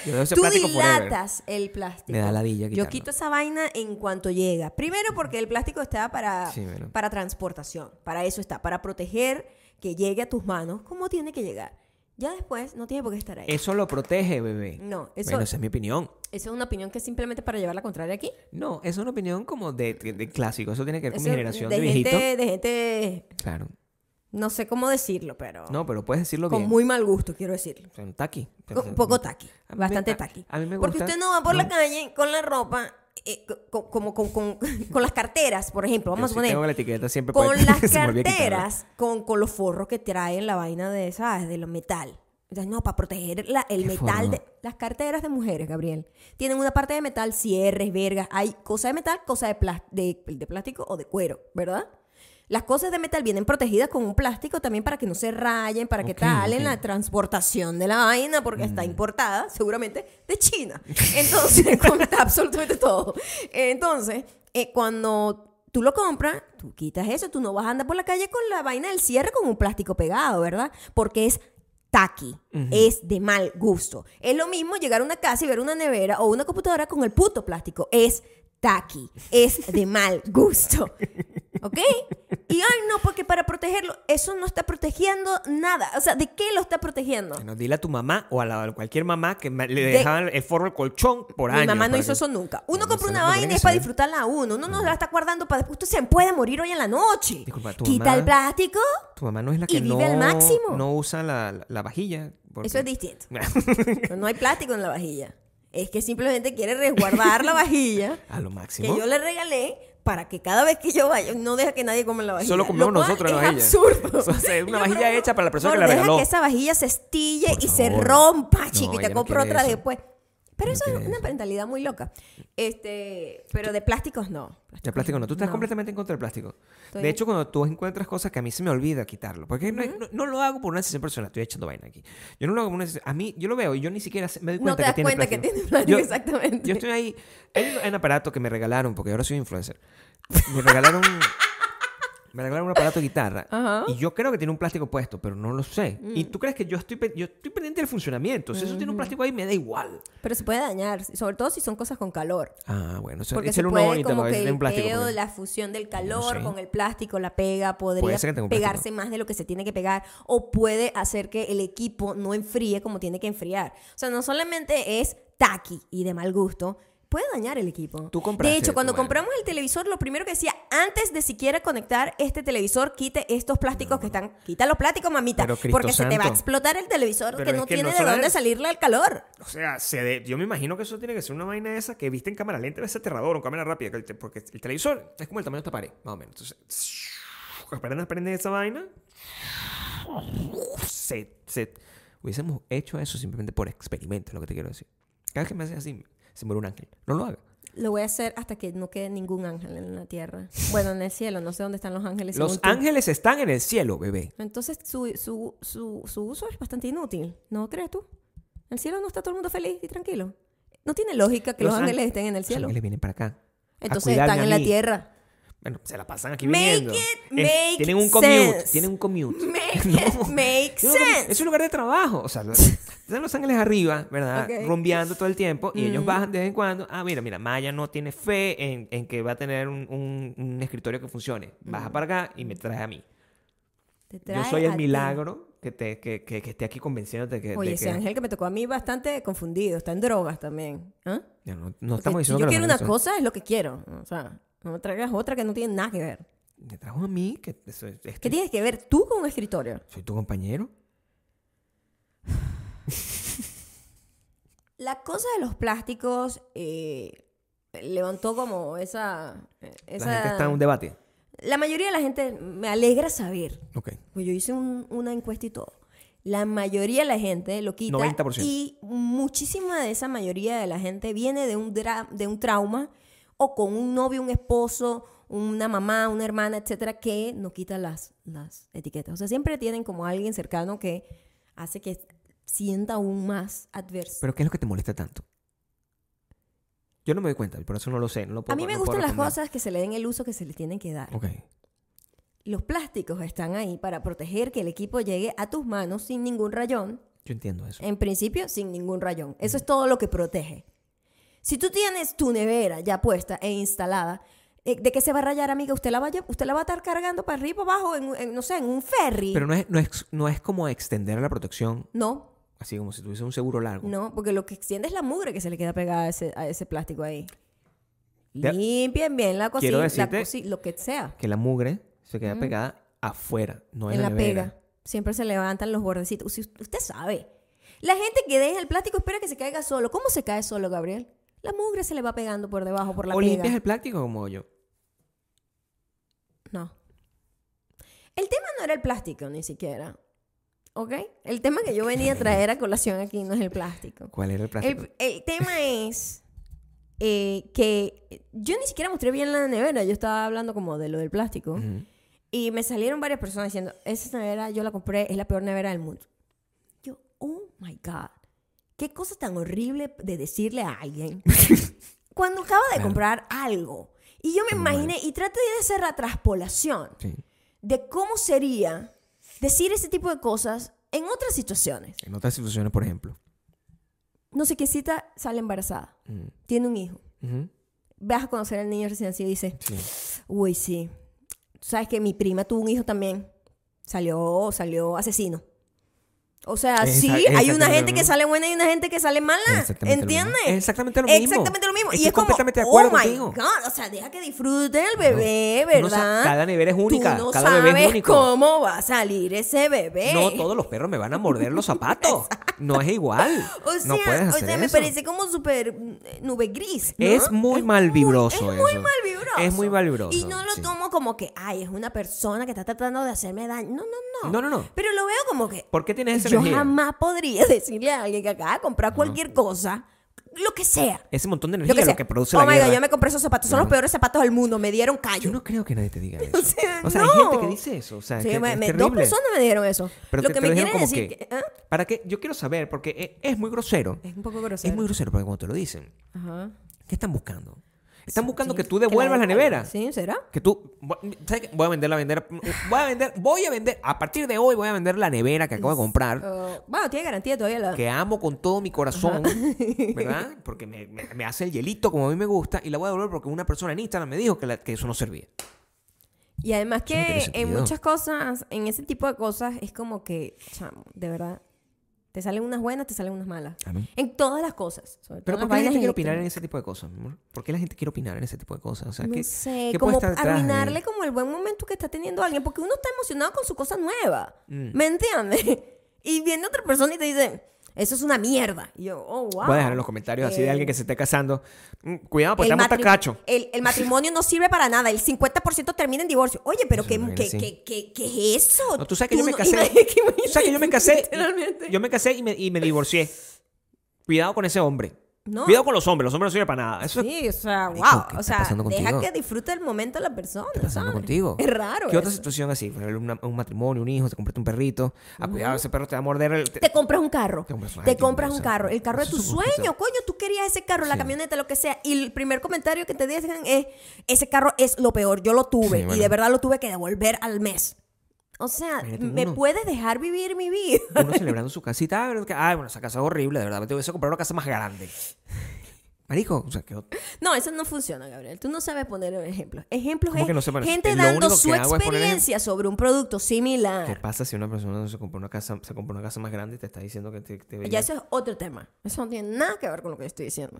B: Yo debo ser
A: tú
B: plástico forever.
A: dilatas el plástico.
B: Me da ladilla
A: Yo
B: quitarlo.
A: quito esa vaina en cuanto llega. Primero porque el plástico está para,
B: Sí, bueno.
A: para transportación. Para eso está. Para proteger que llegue a tus manos como tiene que llegar. Ya después no tiene por qué estar ahí.
B: Eso lo protege, bebé.
A: No, eso-
B: Bueno, esa es mi opinión.
A: Esa es una opinión que es simplemente para llevar la contraria aquí.
B: No, es una opinión como de, de clásico. Eso tiene que ver con
A: Eso
B: mi generación de,
A: de,
B: viejito.
A: gente, de gente,
B: Claro.
A: no sé cómo decirlo, pero
B: No, pero puedes decirlo
A: con
B: bien.
A: muy mal gusto, quiero decirlo.
B: O sea, un taqui.
A: Un poco taqui,
B: A mí me-
A: bastante
B: a-
A: taqui.
B: a mí me
A: Porque
B: gusta-
A: usted no va por la
B: no.
A: calle con la ropa, eh, co- como con, con- (laughs) con las carteras, por ejemplo,
B: Yo
A: vamos
B: sí
A: a poner.
B: tengo la etiqueta siempre
A: con
B: (laughs) puede-
A: las
B: se me olvida quitarla.
A: carteras, con, con los forros que traen la vaina de, ¿sabes? De los metal. Entonces, no, para proteger la- el
B: ¿Qué
A: metal.
B: forro?
A: de- las carteras de mujeres, Gabriel, tienen una parte de metal, cierres, vergas. Hay cosa de metal, cosa de, plas- de, de plástico o de cuero, ¿verdad? Las cosas de metal vienen protegidas con un plástico también para que no se rayen, para que
B: Ok,
A: tal en
B: ok. Mm.
A: la transportación de la vaina, porque está importada seguramente de
B: (laughs)
A: China. Entonces, (laughs) con absolutamente todo. Entonces, eh, cuando tú lo compras, tú quitas eso, tú no vas a andar por la calle con la vaina del cierre con un plástico pegado, ¿verdad? Porque es taqui, es de mal gusto. Es lo mismo llegar a una casa y ver una nevera o una computadora con el puto plástico, es taqui, es de mal
B: (laughs)
A: gusto. ¿Ok? Y ay, no, porque para protegerlo, eso no está protegiendo nada. O sea, ¿de qué lo está protegiendo?
B: Bueno, dile a tu mamá o a, la- a cualquier mamá que ma- le
A: De-
B: dejaban el forro al colchón por
A: Mi
B: años.
A: mamá no
B: para
A: hizo
B: que-
A: eso nunca. Uno
B: No,
A: compra
B: eso
A: una
B: no tiene
A: vaina
B: que
A: y es para
B: ser.
A: disfrutarla uno. Uno no la está guardando para después. Usted se puede morir hoy en la noche.
B: Disculpa, tu
A: Quita
B: mamá-
A: el
B: (laughs)
A: plástico.
B: Tu mamá no es la
A: Y
B: que
A: vive
B: no,
A: al máximo.
B: no usa la, la- la vajilla. porque-
A: Eso es distinto. No hay plástico en la vajilla. Es que simplemente quiere resguardar la vajilla
B: (laughs) a lo
A: que
B: máximo.
A: yo le regalé para que cada vez que yo vaya, no deja que nadie coma la vajilla.
B: Solo comemos
A: Lo cual
B: nosotros la
A: es
B: vajilla.
A: absurdo.
B: (laughs) O sea, es una
A: Yo,
B: vajilla
A: pero no,
B: hecha para la
A: no,
B: persona que la
A: deja
B: regaló.
A: que esa vajilla se estille
B: Por
A: y se
B: favor.
A: rompa,
B: No,
A: chiquita.
B: ella no
A: compro
B: quiere
A: otra
B: eso.
A: después. Pero
B: No
A: eso es
B: quiere
A: una
B: eso.
A: parentalidad muy loca. Este, pero de plásticos no.
B: Ya plástico no. Tú estás
A: No.
B: completamente en contra del plástico.
A: Estoy-
B: De hecho, cuando tú encuentras cosas que a mí se me olvida quitarlo, porque no, no- no lo hago por una decisión personal, estoy echando vaina aquí. Yo no lo hago por una decisión. A mí, yo lo veo y yo ni siquiera se- me doy
A: No te
B: cuenta
A: das
B: que tiene
A: cuenta que
B: plástico.
A: tiene plástico,
B: Yo-
A: exactamente.
B: Yo estoy ahí. Hay un, hay un aparato que me regalaron, porque ahora soy influencer. Me regalaron. Me regalaron un aparato de guitarra
A: Ajá. Mm.
B: y yo creo que tiene un plástico puesto, pero no lo sé. Y tú crees que yo estoy, pe- yo estoy pendiente del funcionamiento. Si eso tiene un plástico ahí, me da igual.
A: Pero se puede dañar, sobre todo si son cosas con calor.
B: Ah, bueno, eso
A: Porque
B: es
A: se
B: una
A: puede
B: bonita,
A: como
B: porque
A: que
B: tiene
A: el
B: un plástico.
A: peo,
B: pues.
A: la fusión del calor
B: sé.
A: con el plástico, la pega, podría
B: Puede ser que tenga un plástico.
A: pegarse más de lo que se tiene que pegar o puede hacer que el equipo no enfríe como tiene que enfriar. O sea, no solamente es taqui y de mal gusto, puede dañar el equipo.
B: Tú compraste
A: de hecho,
B: tu
A: cuando
B: vaina.
A: compramos el televisor, lo primero que decía, antes de siquiera conectar este televisor, quite estos plásticos que están, quita los plásticos, mamita,
B: Pero, Cristo
A: porque se te va a
B: santo.
A: explotar el televisor
B: Pero
A: que
B: es
A: no
B: que
A: tiene
B: no
A: de
B: solo
A: dónde
B: es-
A: salirle el calor.
B: O sea, se de- yo me imagino que eso tiene que ser una vaina esa que viste en cámara lenta, es aterrador, o en cámara rápida, que el te- porque el televisor es como el tamaño de esta pared, más o menos. Entonces, (sniffs) apenas prende esa vaina, (sniffs) se, se- Hubiésemos hecho eso simplemente por experimento, es lo que te quiero decir. Cada vez que me haces así, se muere un ángel. No lo haga.
A: Lo voy a hacer hasta que no quede ningún ángel en la tierra. Bueno, en el cielo, no sé dónde están los ángeles.
B: Los
A: según tú.
B: ángeles están en el cielo, bebé.
A: Entonces su, su, su, su uso es bastante inútil, ¿no crees tú? En el cielo no está todo el mundo feliz y tranquilo. No tiene lógica que los,
B: ang-
A: ángeles estén en el cielo.
B: Los ángeles vienen para acá. a
A: Entonces
B: cuidarme
A: están
B: a
A: en la
B: mí. (laughs)
A: tierra.
B: Bueno, se la pasan aquí
A: Make
B: viniendo.
A: it
B: Es-
A: make
B: tienen un commute.
A: sense.
B: Tienen un commute.
A: Make
B: (laughs) No.
A: it make
B: Yo creo que
A: sense.
B: Es un lugar de trabajo. O
A: (laughs)
B: sea, lo- están Los Ángeles arriba, ¿verdad?
A: Ok. Mm.
B: Rumbeando todo el tiempo. Y ellos bajan de vez en cuando. Ah, mira, mira, Maya no tiene fe en, en que va a tener un, un- un escritorio que funcione. Baja para acá y me trae a mí.
A: Te
B: Yo
A: Mm. trae
B: soy
A: a
B: el
A: ti.
B: milagro que, te, que, que, que esté aquí convenciéndote que...
A: Oye,
B: de
A: ese
B: que-
A: ángel que me tocó a mí bastante confundido, está en drogas también. ¿Ah?
B: Ya, No, no
A: Porque
B: estamos
A: si
B: diciendo
A: yo
B: que
A: quiero
B: los
A: una
B: ángeles son-
A: cosa, es lo que quiero. O sea, no me traigas otra que no tiene nada que ver.
B: Me trajo a mí, que eso es-
A: ¿Qué
B: estoy-
A: tienes que ver tú con un escritorio?
B: soy tu compañero.
A: La cosa de los plásticos eh, levantó como esa... eh,
B: La
A: esa-
B: gente está en un debate.
A: La mayoría de la gente me alegra saber.
B: Ok.
A: Pues yo hice un- una encuesta y todo. La mayoría de la gente lo quita.
B: 90%.
A: Y muchísima de esa mayoría de la gente viene de un, dra- de un trauma o con un novio, un esposo, una mamá, una hermana, etcétera, que no quita las, las etiquetas. O sea, siempre tienen como alguien cercano que hace que sienta aún más adverso.
B: Pero ¿qué es lo que te molesta tanto? Yo no me doy cuenta, por eso no lo sé. No lo puedo,
A: A mí me
B: no puedo
A: gustan las
B: recomendar.
A: cosas que se le den el uso que se le tienen que dar.
B: Ok.
A: Los plásticos están ahí para proteger que el equipo llegue a tus manos sin ningún rayón.
B: Yo entiendo eso.
A: En principio, sin ningún rayón. Eso es todo lo que protege. Si tú tienes tu nevera ya puesta e instalada, eh, ¿de qué se va a rayar, amiga? Usted la va a, lle- usted la va a estar cargando para arriba, para abajo, en, un- en, no sé, en un ferry.
B: Pero no es, no, es, no es como extender la protección,
A: no,
B: así como si tuviese un seguro largo.
A: no, porque lo que extiende es la mugre que se le queda pegada a ese, a ese plástico ahí.
B: De-
A: Limpien bien la
B: Quiero
A: cocina, la
B: decirte-
A: cosi- lo que sea.
B: Que la mugre se queda pegada afuera, no en,
A: en la
B: nevera.
A: pega. Siempre se levantan los bordecitos. Si us- usted sabe. La gente que deja el plástico espera que se caiga solo. ¿Cómo se cae solo, Gabriel? La mugre se le va pegando por debajo, por la
B: o
A: pega.
B: limpias el plástico como yo.
A: No. El tema no era el plástico, ni siquiera. ¿Ok? El tema que yo venía a traer a colación aquí no es el
B: (laughs)
A: plástico.
B: ¿Cuál era el plástico?
A: El, el tema es eh, que yo ni siquiera mostré bien la nevera. Yo estaba hablando como de lo del plástico.
B: Ujú.
A: Y me salieron varias personas diciendo, esa nevera yo la compré, es la peor nevera del mundo. Yo, oh my God. Qué cosa tan horrible de decirle a alguien cuando acaba de comprar algo. Y yo me
B: Normal.
A: imaginé, y traté de hacer la traspolación
B: Sí,
A: de cómo sería decir ese tipo de cosas en otras situaciones.
B: en otras situaciones, por ejemplo.
A: No sé qué cita sale embarazada,
B: Ujú.
A: tiene un hijo.
B: Mm, Ujú.
A: Vas a conocer al niño recién nacido y dices,
B: Sí.
A: Uy, sí. Tú sabes que mi prima tuvo un hijo también. Salió, salió asesino. O sea,
B: Es
A: sí,
B: exa- es
A: hay una
B: exactamente
A: gente
B: lo
A: que
B: mismo.
A: sale buena y una gente que sale mala.
B: Es exactamente lo mismo.
A: ¿Entiendes?
B: Es exactamente lo mismo.
A: Exactamente lo mismo. y
B: Estoy
A: es como,
B: completamente de acuerdo
A: oh my
B: contigo".
A: God, o sea, deja que disfrute el bebé,
B: No sa-
A: ¿verdad?
B: cada nevera es única.
A: Tú no
B: cada
A: sabes
B: bebé es único.
A: cómo va a salir ese bebé.
B: No todos los perros me van a morder
A: (laughs)
B: los zapatos. no es igual.
A: O sea,
B: no puedes
A: o
B: hacer
A: sea me
B: eso.
A: parece como súper mm, nube gris. ¿no?
B: Es muy mal vibroso
A: Es muy
B: eso.
A: mal vibroso.
B: Es muy mal vibroso,
A: Y no lo
B: sí.
A: tomo como que, ay, es una persona que está tratando de hacerme daño. No, no, no.
B: No, no, no.
A: Pero lo veo como que
B: ¿Por qué tienes esa
A: yo
B: energía?
A: jamás podría (laughs) decirle a alguien que acaba de comprar cualquier cosa, lo que sea.
B: Ese montón de
A: Lo
B: energía
A: que,
B: lo
A: sea.
B: que produce
A: oh
B: la
A: my
B: guerra.
A: God, yo me compré esos zapatos. Son los peores zapatos del mundo. Me dieron callo.
B: Yo no creo que nadie
A: (laughs)
B: te diga eso. O
A: sea,
B: sea, hay gente
A: no.
B: que dice eso. O sea,
A: Sí,
B: que
A: me-
B: es
A: me- dos
B: terrible.
A: personas me dieron eso.
B: Pero
A: lo
B: te-
A: que
B: te
A: me
B: dijeron
A: quieren
B: como
A: decir...
B: que-
A: que- ¿Ah?
B: ¿Para qué? Yo quiero saber, porque e- es muy grosero.
A: Es un poco grosero.
B: Es muy grosero, porque cuando te lo dicen,
A: Ajá.
B: ¿qué están buscando? Están buscando
A: Sí,
B: que tú devuelvas
A: la
B: la nevera.
A: Sí, ¿será?
B: Que tú, ¿sabes qué? Voy a vender la nevera. Voy a vender, voy a vender, a partir de hoy voy a vender la nevera que acabo de comprar.
A: Oh, bueno, tiene garantía todavía la...
B: que amo con todo mi corazón,
A: (laughs)
B: ¿verdad? Porque me, me- me hace el hielito como a mí me gusta y la voy a devolver porque una persona en Instagram me dijo que, la- que eso no servía.
A: Y además
B: Eso no tiene
A: que en
B: sentido.
A: muchas cosas, en ese tipo de cosas, es como que, chamo, de verdad, te salen unas buenas, te salen unas malas.
B: Amén.
A: En todas las cosas. sobre todo
B: Ah. Pero
A: en las
B: ¿por qué la
A: vainas
B: gente quiere opinar en
A: electrónicas.
B: ese tipo de cosas, mi amor? ¿Por qué la gente quiere opinar en ese tipo de cosas? O sea,
A: No
B: ¿qué,
A: sé,
B: qué puede
A: como
B: estar detrás de-
A: arruinarle como el buen momento que está teniendo alguien, porque uno está emocionado con su cosa nueva,
B: Mm.
A: ¿me entiendes? (laughs) Y viene otra persona y te dice, eso es una mierda. Y yo, oh, wow.
B: Voy a dejar en los comentarios así de
A: Eh,
B: alguien que se esté casando. Mm, cuidado, pues
A: el
B: estamos
A: matri-
B: tacacho.
A: El, el matrimonio no sirve para nada. El 50% termina en divorcio. Oye, pero
B: Eso
A: ¿qué,
B: es una vaina
A: qué,
B: así.
A: qué, qué- qué es eso?
B: No, tú sabes que yo me
A: no-
B: casé.
A: (laughs) imagínate-
B: Tú sabes que yo me casé.
A: Literalmente.
B: Yo me casé y me, y me divorcié. Cuidado con ese hombre.
A: No.
B: Cuidado con los hombres. Los hombres no sirven para nada. Eso es
A: Sí, o sea,
B: Marico, ¿qué
A: wow. O
B: está
A: sea,
B: pasando
A: deja
B: contigo?
A: que disfrute el momento la persona.
B: está pasando
A: ¿sabes?
B: contigo.
A: Es raro.
B: ¿Qué otra
A: eso.
B: situación así? Por ejemplo, una- un matrimonio, un hijo, te compraste un perrito. Ah, cuidado, ese perro te va a morder.
A: (laughs)
B: el- te-
A: Te compras un carro.
B: Te compras un-
A: Te
B: ay, Dios
A: compras
B: mío,
A: un
B: o sea,
A: carro. El carro de
B: eso
A: tu
B: es un poquito-
A: sueño, coño. Tú querías ese carro, la
B: Sí.
A: camioneta, lo que sea. Y el primer comentario que te dicen es: ese carro es lo peor. Yo lo tuve.
B: Sí,
A: Y
B: bueno.
A: de verdad lo tuve que devolver al mes. O sea,
B: Imagínate
A: ¿me
B: uno.
A: puedes dejar vivir mi vida?
B: Uno celebrando su casita. Ah, pero que- ay, bueno, esa casa es horrible, de verdad. Me te hubiese comprado una casa más grande. Marico, o sea, que ot-
A: No, eso no funciona, Gabriel. Tú no sabes poner ejemplos. Ejemplos
B: ¿Cómo
A: es
B: que no sé poner?
A: gente
B: Lo
A: dando
B: único que
A: su
B: hago es poner
A: experiencia sobre un producto
B: ¿qué
A: similar.
B: pasa si una persona no se compró una casa, se compró una casa más grande y te está diciendo que te, te
A: Ya
B: venía-
A: eso es otro tema. Eso no tiene nada que ver con lo que yo estoy diciendo.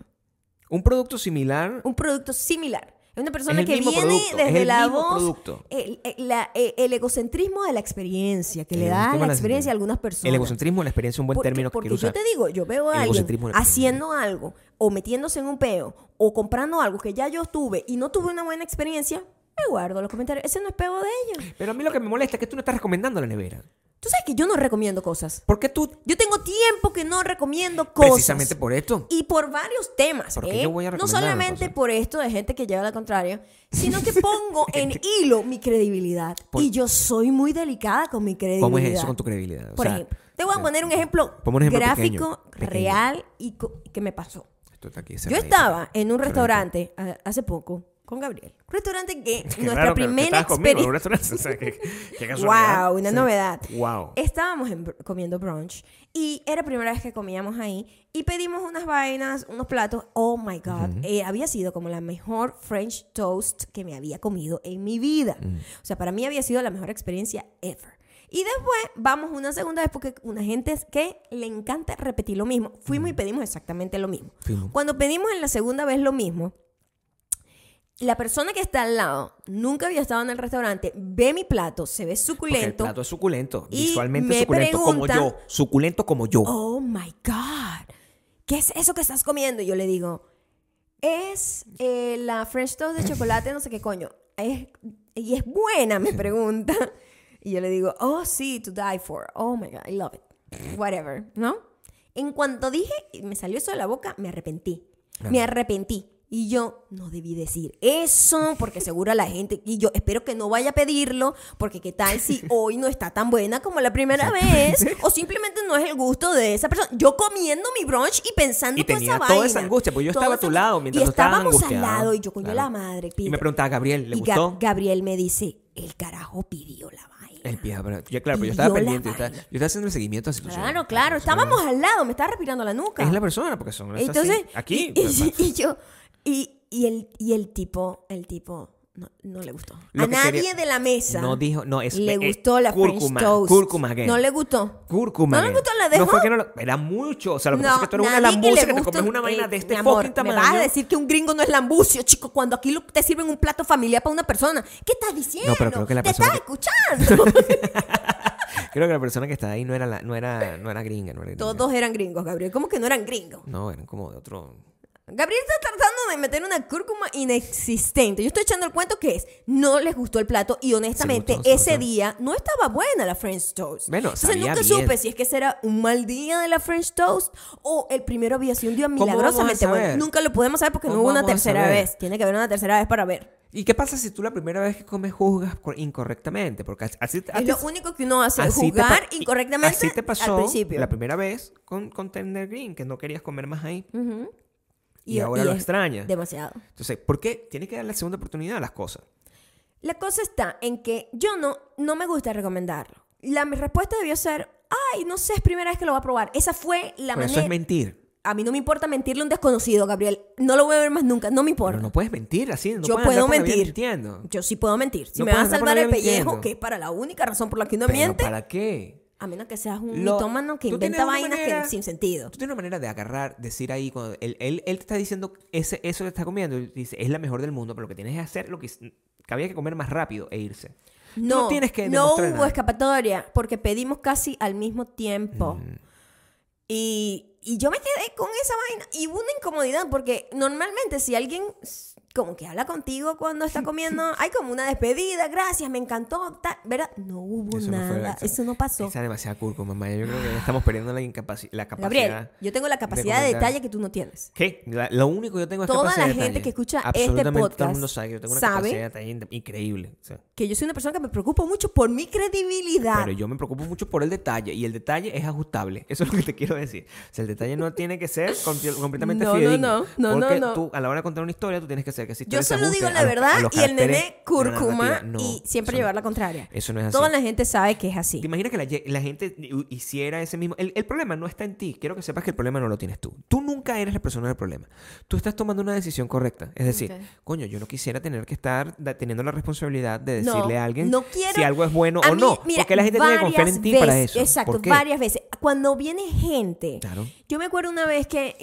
B: un producto similar
A: Un producto similar. Es una persona
B: el
A: que
B: mismo
A: viene
B: producto, es
A: desde
B: el
A: la
B: mismo
A: voz.
B: producto.
A: El, el- la- eh, el egocentrismo de la experiencia, que
B: El
A: le da la
B: egocentrismo de la
A: experiencia a
B: experiencia.
A: algunas personas.
B: el egocentrismo, la experiencia es un buen
A: Porque-
B: término que
A: porque
B: quiero usar.
A: yo te digo, yo veo
B: El
A: a
B: egocentrismo
A: alguien
B: de la
A: haciendo algo o metiéndose en un peo o comprando algo que ya yo tuve y no tuve una buena experiencia, me guardo los comentarios. Ese no es peo de ellos.
B: Pero a mí lo que me molesta es que tú no estás recomendando la nevera.
A: Tú sabes que yo no recomiendo cosas.
B: ¿Por qué tú
A: Yo tengo tiempo que no recomiendo cosas.
B: precisamente por esto?
A: Y por varios temas.
B: ¿Por qué
A: ¿eh?
B: yo voy a
A: no
B: recomendar una
A: solamente
B: cosa?
A: por esto de gente que lleva la contraria, sino
B: (laughs)
A: que pongo en hilo mi credibilidad.
B: Por-
A: Y yo soy muy delicada con mi credibilidad.
B: ¿Cómo es eso con tu credibilidad? O
A: Por
B: sea,
A: ejemplo, te voy
B: o
A: a
B: sea,
A: poner un ejemplo,
B: Ponme un ejemplo
A: gráfico,
B: pequeño, pequeño.
A: real y co- que me pasó.
B: esto está aquí
A: Yo
B: cerradito.
A: estaba en un
B: Cerradito.
A: restaurante a- hace poco con Gabriel. Un restaurante que
B: Qué
A: nuestra
B: raro que- que
A: primera
B: estabas conmigo en un
A: experiencia.
B: restaurante, (laughs) o sea, qué-
A: (laughs)
B: qué casualidad.
A: Wow, una
B: Sí.
A: novedad.
B: Wow.
A: Estábamos en- comiendo brunch y era la primera vez que comíamos ahí y pedimos unas vainas, unos platos. Oh my God, Eh, había sido como la mejor French toast que me había comido en mi vida.
B: Mm.
A: O sea, para mí había sido la mejor experiencia ever. Y después vamos una segunda vez porque una gente es que le encanta repetir lo mismo. Fuimos y pedimos exactamente lo mismo.
B: Mm. Fuimos.
A: Cuando pedimos en la segunda vez lo mismo, la persona que está al lado nunca había estado en el restaurante, ve mi plato, se ve
B: Porque
A: suculento.
B: El plato es suculento,
A: Y
B: visualmente
A: me
B: suculento
A: preguntan-
B: como yo, suculento como yo.
A: Oh my God, ¿qué es eso que estás comiendo? Y yo le digo, es eh, la French toast de chocolate, no sé qué coño. Es- y es buena, me pregunta. Y yo le digo, oh sí, to die for. Oh my God, I love it. Whatever, ¿no? En cuanto dije, y me salió eso de la boca, me arrepentí. Me arrepentí. Y yo no debí decir eso, porque seguro la gente, y yo espero que no vaya a pedirlo, porque qué tal si hoy no está tan buena como la primera vez, o simplemente no es el gusto de esa persona. Yo comiendo mi brunch y pensando
B: Y
A: toda esa
B: tenía
A: vaina.
B: toda esa angustia, porque yo
A: Toda
B: estaba a
A: esa
B: tu lado
A: angustia.
B: mientras
A: Y
B: tú estabas
A: estábamos al
B: angustiado.
A: lado, y yo, coño,
B: Claro.
A: la madre.
B: Y
A: pide-
B: me preguntaba, Gabriel, ¿le
A: y Ga-
B: gustó?
A: Gabriel me dice, el carajo pidió la vaina.
B: El pie, pero- yo, claro, pero
A: Y
B: yo estaba
A: yo la
B: pendiente. Yo estaba,
A: vaina.
B: yo estaba haciendo el seguimiento a la situación.
A: Claro, Ah, claro,
B: O sea,
A: estábamos al lado, me estaba respirando la nuca.
B: Es la persona, porque son es así.
A: Entonces,
B: Aquí.
A: (laughs) y,
B: pues,
A: y- y yo, y, y el, y el tipo, el tipo, no, no le gustó.
B: Lo
A: a
B: que
A: nadie
B: quería-
A: de la mesa
B: No dijo- no, es-
A: le
B: eh,
A: gustó la
B: cúrcuma,
A: French toast.
B: cúrcuma again.
A: No le gustó.
B: Cúrcuma.
A: No le
B: nena.
A: gustó, la dejó.
B: No fue que no lo- Era mucho. O sea, lo que
A: No,
B: pasa es que tú eres una
A: nadie que le
B: lambucia que te
A: guste
B: comes
A: un-
B: una vaina
A: eh,
B: de
A: mi
B: este
A: amor,
B: fucking tamaño.
A: Me vas a decir que un gringo no es lambucio, chico, cuando aquí lo- te sirven un plato familiar para una persona. ¿Qué estás diciendo?
B: No, pero creo que la
A: te
B: persona
A: estás escuchando.
B: (laughs) Creo que la persona que estaba ahí no era, la- no era, no era gringa. No era gringa.
A: Todos eran gringos, Gabriel. ¿Cómo que no eran gringos?
B: No, eran como de otro.
A: Gabriel está tratando de meter una cúrcuma inexistente. Yo estoy echando el cuento que es, no les gustó el plato y honestamente
B: gustó, sí
A: ese
B: gustó.
A: día no estaba buena la French Toast.
B: Bueno,
A: Entonces
B: sabía
A: nunca
B: bien.
A: supe si es que ese era un mal día de la French Toast o el primero había sido un día
B: vamos a
A: milagrosamente bueno.
B: saber?
A: Nunca lo podemos saber porque no
B: ¿Cómo
A: hubo una
B: vamos a
A: tercera
B: saber?
A: vez. Tiene que haber una tercera vez para ver.
B: ¿Y qué pasa si tú la primera vez que comes juzgas cor- incorrectamente? Porque así, así-
A: Es lo único que uno hace,
B: así te pa-
A: jugar incorrectamente
B: Así te pasó
A: al principio.
B: la primera vez con, con Tender Green, que no querías comer más ahí.
A: Ujú.
B: Y, ahora lo
A: es
B: extrañas.
A: Demasiado.
B: Entonces, ¿por qué? Tienes que dar la segunda oportunidad a las cosas.
A: La cosa está en que yo no, no me gusta recomendarlo. La mi respuesta debió ser, ay, no sé, es primera vez que lo voy a probar. Esa fue la
B: Pero Pues eso
A: manera...
B: es mentir.
A: a mí no me importa mentirle a un desconocido, Gabriel. No lo voy a ver más nunca, no me importa.
B: Pero no puedes mentir así. No
A: Yo
B: puedes andar
A: puedo
B: por la vida
A: mentir.
B: mintiendo.
A: Yo sí puedo mentir. Si
B: No
A: me vas a
B: puedes andar por
A: salvar
B: ahí
A: el pellejo,
B: mintiendo.
A: que es para la única razón por la que uno
B: Pero
A: miente,
B: ¿Para qué?
A: a menos que seas un
B: Lo-
A: mitómano que
B: tú tienes
A: inventa
B: una
A: vainas que,
B: manera-
A: sin sentido.
B: Tú tienes una manera de agarrar, decir ahí, cuando él, él- él te está diciendo ese, eso que está comiendo, y dice, es la mejor del mundo, pero lo que tienes que hacer, lo que, que había que comer más rápido e irse. Tú
A: No, no,
B: tienes que demostrar
A: hubo
B: nada.
A: escapatoria porque pedimos casi al mismo tiempo.
B: Mm.
A: Y, y yo me quedé con esa vaina y hubo una incomodidad porque normalmente si alguien s- como que habla contigo cuando está
B: (laughs)
A: comiendo, hay como una despedida, gracias, me encantó, tal, ¿verdad? No hubo
B: Eso no fue-
A: Uh, nada,
B: esa-
A: eso no pasó.
B: Esa demasiada cúrcuma, Maya. Yo creo que ya estamos perdiendo la, incapaci- la capacidad.
A: Gabriel, yo tengo la capacidad de,
B: comentar.
A: detalle que tú no tienes.
B: ¿Qué? La- lo único que yo tengo es
A: Toda
B: capacidad
A: la
B: de
A: gente
B: detalle.
A: que escucha este
B: Absolutamente Todo
A: podcast
B: el mundo sabe que yo tengo una
A: sabe-
B: capacidad de detalle in- increíble. o sea.
A: Que yo soy una persona que me preocupo mucho por mi credibilidad.
B: Pero yo me preocupo mucho por el detalle y el detalle es ajustable. Eso es lo que te quiero decir. O sea, el detalle no tiene que ser com- completamente
A: No, no,
B: fidedigno.
A: no, no, no,
B: porque
A: no.
B: tú, a la hora de contar una historia, tú tienes que ser que esa historia
A: Yo
B: se
A: solo digo
B: ajuste
A: la
B: a los-
A: verdad
B: a los
A: y el
B: caracteres
A: nené
B: de la narrativa.
A: cúrcuma
B: No,
A: y siempre
B: eso no-
A: llevar la contraria.
B: Eso no es así.
A: Toda la gente sabe que es
B: ¿Te
A: así.
B: imaginas que la, ye- la gente hi- hiciera ese mismo... El, el problema no está en ti. Quiero que sepas que el problema no lo tienes tú. Tú nunca eres la persona del problema. Tú estás tomando una decisión correcta. Es decir,
A: Ok.
B: coño, yo no quisiera tener que estar da- teniendo la responsabilidad de decirle
A: No,
B: a alguien
A: no quiero-
B: si algo es bueno
A: A
B: o
A: mí,
B: no.
A: mira,
B: porque la gente tiene que confiar en
A: varias
B: ti para
A: veces-
B: eso.
A: Exacto,
B: ¿Por qué?
A: varias veces. Cuando viene gente,
B: Claro.
A: yo me acuerdo una vez que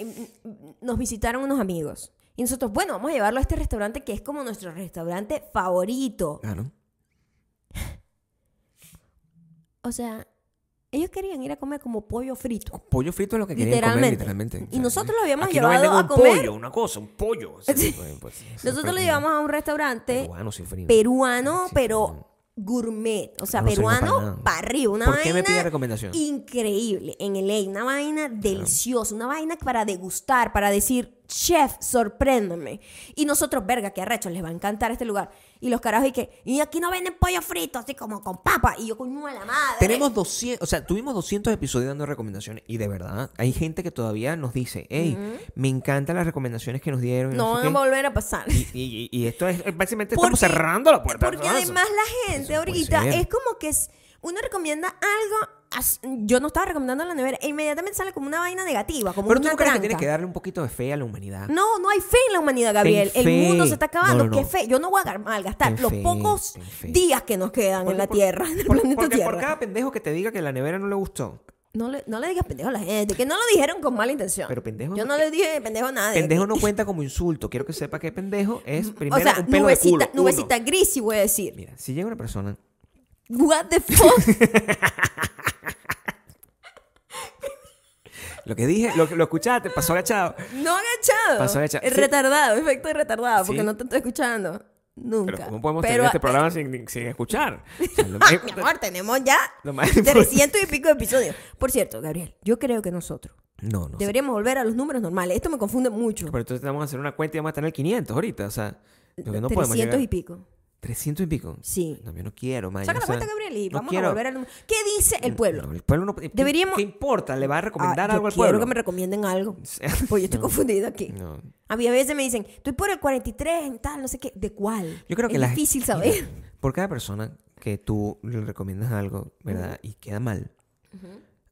A: mm, mm, nos visitaron unos amigos y nosotros, bueno, vamos a llevarlo a este restaurante que es como nuestro restaurante favorito.
B: Claro.
A: O sea, ellos querían ir a comer como pollo frito.
B: Pollo frito es lo que querían comer,
A: Literalmente.
B: literalmente.
A: Y
B: O sea,
A: nosotros lo habíamos
B: aquí no venden
A: llevado a
B: un
A: comer.
B: pollo, una cosa, un pollo. O sea, pues, pues,
A: Nosotros lo
B: pero-
A: llevamos a un restaurante
B: Peruano, sí, frío.
A: peruano,
B: Sí,
A: pero gourmet. O sea,
B: No, no sirve para
A: peruano
B: nada.
A: para arriba. Una
B: ¿Por
A: vaina
B: qué me pide recomendación?
A: increíble. En el ley, una vaina deliciosa, una vaina para degustar, para decir, chef, sorpréndeme. Y nosotros, verga, qué arrecho, les va a encantar este lugar. Y los carajos, y que, y aquí no venden pollo frito, así como con papa. Y yo, coño, a la madre.
B: Tenemos 200, o sea, tuvimos 200 episodios dando recomendaciones y de verdad hay gente que todavía nos dice, hey, me encantan las recomendaciones que nos dieron. y
A: No van
B: sé
A: a
B: qué".
A: volver a pasar.
B: y, y- y esto es, básicamente
A: Porque-
B: estamos cerrando la puerta.
A: Porque
B: ¿sabes?
A: además la gente
B: Eso no puede
A: ahorita
B: ser.
A: es como que es- uno recomienda algo. as- Yo no estaba recomendando la nevera e inmediatamente sale como una vaina negativa, como
B: Pero tú
A: una
B: no crees que
A: tranca.
B: tienes que darle un poquito de fe a la humanidad.
A: No, no hay fe en la humanidad, Gabriel.
B: Ten
A: El mundo
B: fe.
A: se está acabando.
B: No, no,
A: Qué
B: no.
A: fe. Yo no voy a gar- malgastar
B: Ten
A: los
B: fe,
A: pocos
B: ten fe.
A: días que nos quedan en
B: Porque
A: la
B: por-
A: Tierra, (laughs) en el
B: por-
A: planeta
B: porque
A: Tierra.
B: por cada pendejo que te diga que la nevera no le gustó.
A: No, le, no le digas pendejo a la gente, que no lo dijeron con mala intención.
B: Pero pendejo
A: Yo
B: no-
A: no le dije pendejo a nadie.
B: Pendejo no cuenta como insulto. Quiero que sepa que pendejo es primero
A: (laughs) o sea,
B: un pelo
A: nubecita,
B: de culo. uno.
A: nubecita gris, sí voy a decir.
B: Mira, si llega una persona
A: What the
B: (laughs)
A: fuck?
B: Lo que dije, lo, lo escuchaste, pasó agachado.
A: No agachado.
B: Pasó agachado.
A: Es
B: Sí.
A: retardado, efecto de retardado, porque
B: Sí.
A: no te estoy escuchando. Nunca.
B: Pero ¿cómo podemos
A: Pero,
B: tener este
A: eh,
B: programa sin, sin escuchar? O sea,
A: (laughs)
B: lo-
A: Mi amor, tenemos ya
B: lo más importante-
A: 300 y pico episodios. Por cierto, Gabriel, yo creo que nosotros
B: No, no. sé.
A: deberíamos volver a los números normales. Esto me confunde mucho.
B: Pero entonces vamos a hacer una cuenta y vamos a tener 500 ahorita. O sea, lo que no podemos
A: 300
B: llegar.
A: y pico.
B: 300 y pico.
A: Sí.
B: No, yo no quiero, man.
A: Saca
B: o
A: la
B: sea,
A: cuenta, Gabriel, y
B: no
A: vamos
B: quiero-
A: a volver al número. ¿Qué dice el pueblo?
B: No, el pueblo no. ¿qué-
A: Deberíamos-
B: ¿Qué importa? ¿Le va a recomendar
A: Ah, yo
B: algo al
A: quiero
B: pueblo?
A: que me recomienden
B: (laughs)
A: algo. Pues yo estoy confundida aquí.
B: No.
A: A mí a veces me dicen, estoy por el 43 en tal, no sé qué. ¿De cuál?
B: Yo creo que
A: es
B: la-
A: difícil
B: mira,
A: saber.
B: por cada persona que tú le recomiendas algo, ¿verdad? Y queda mal.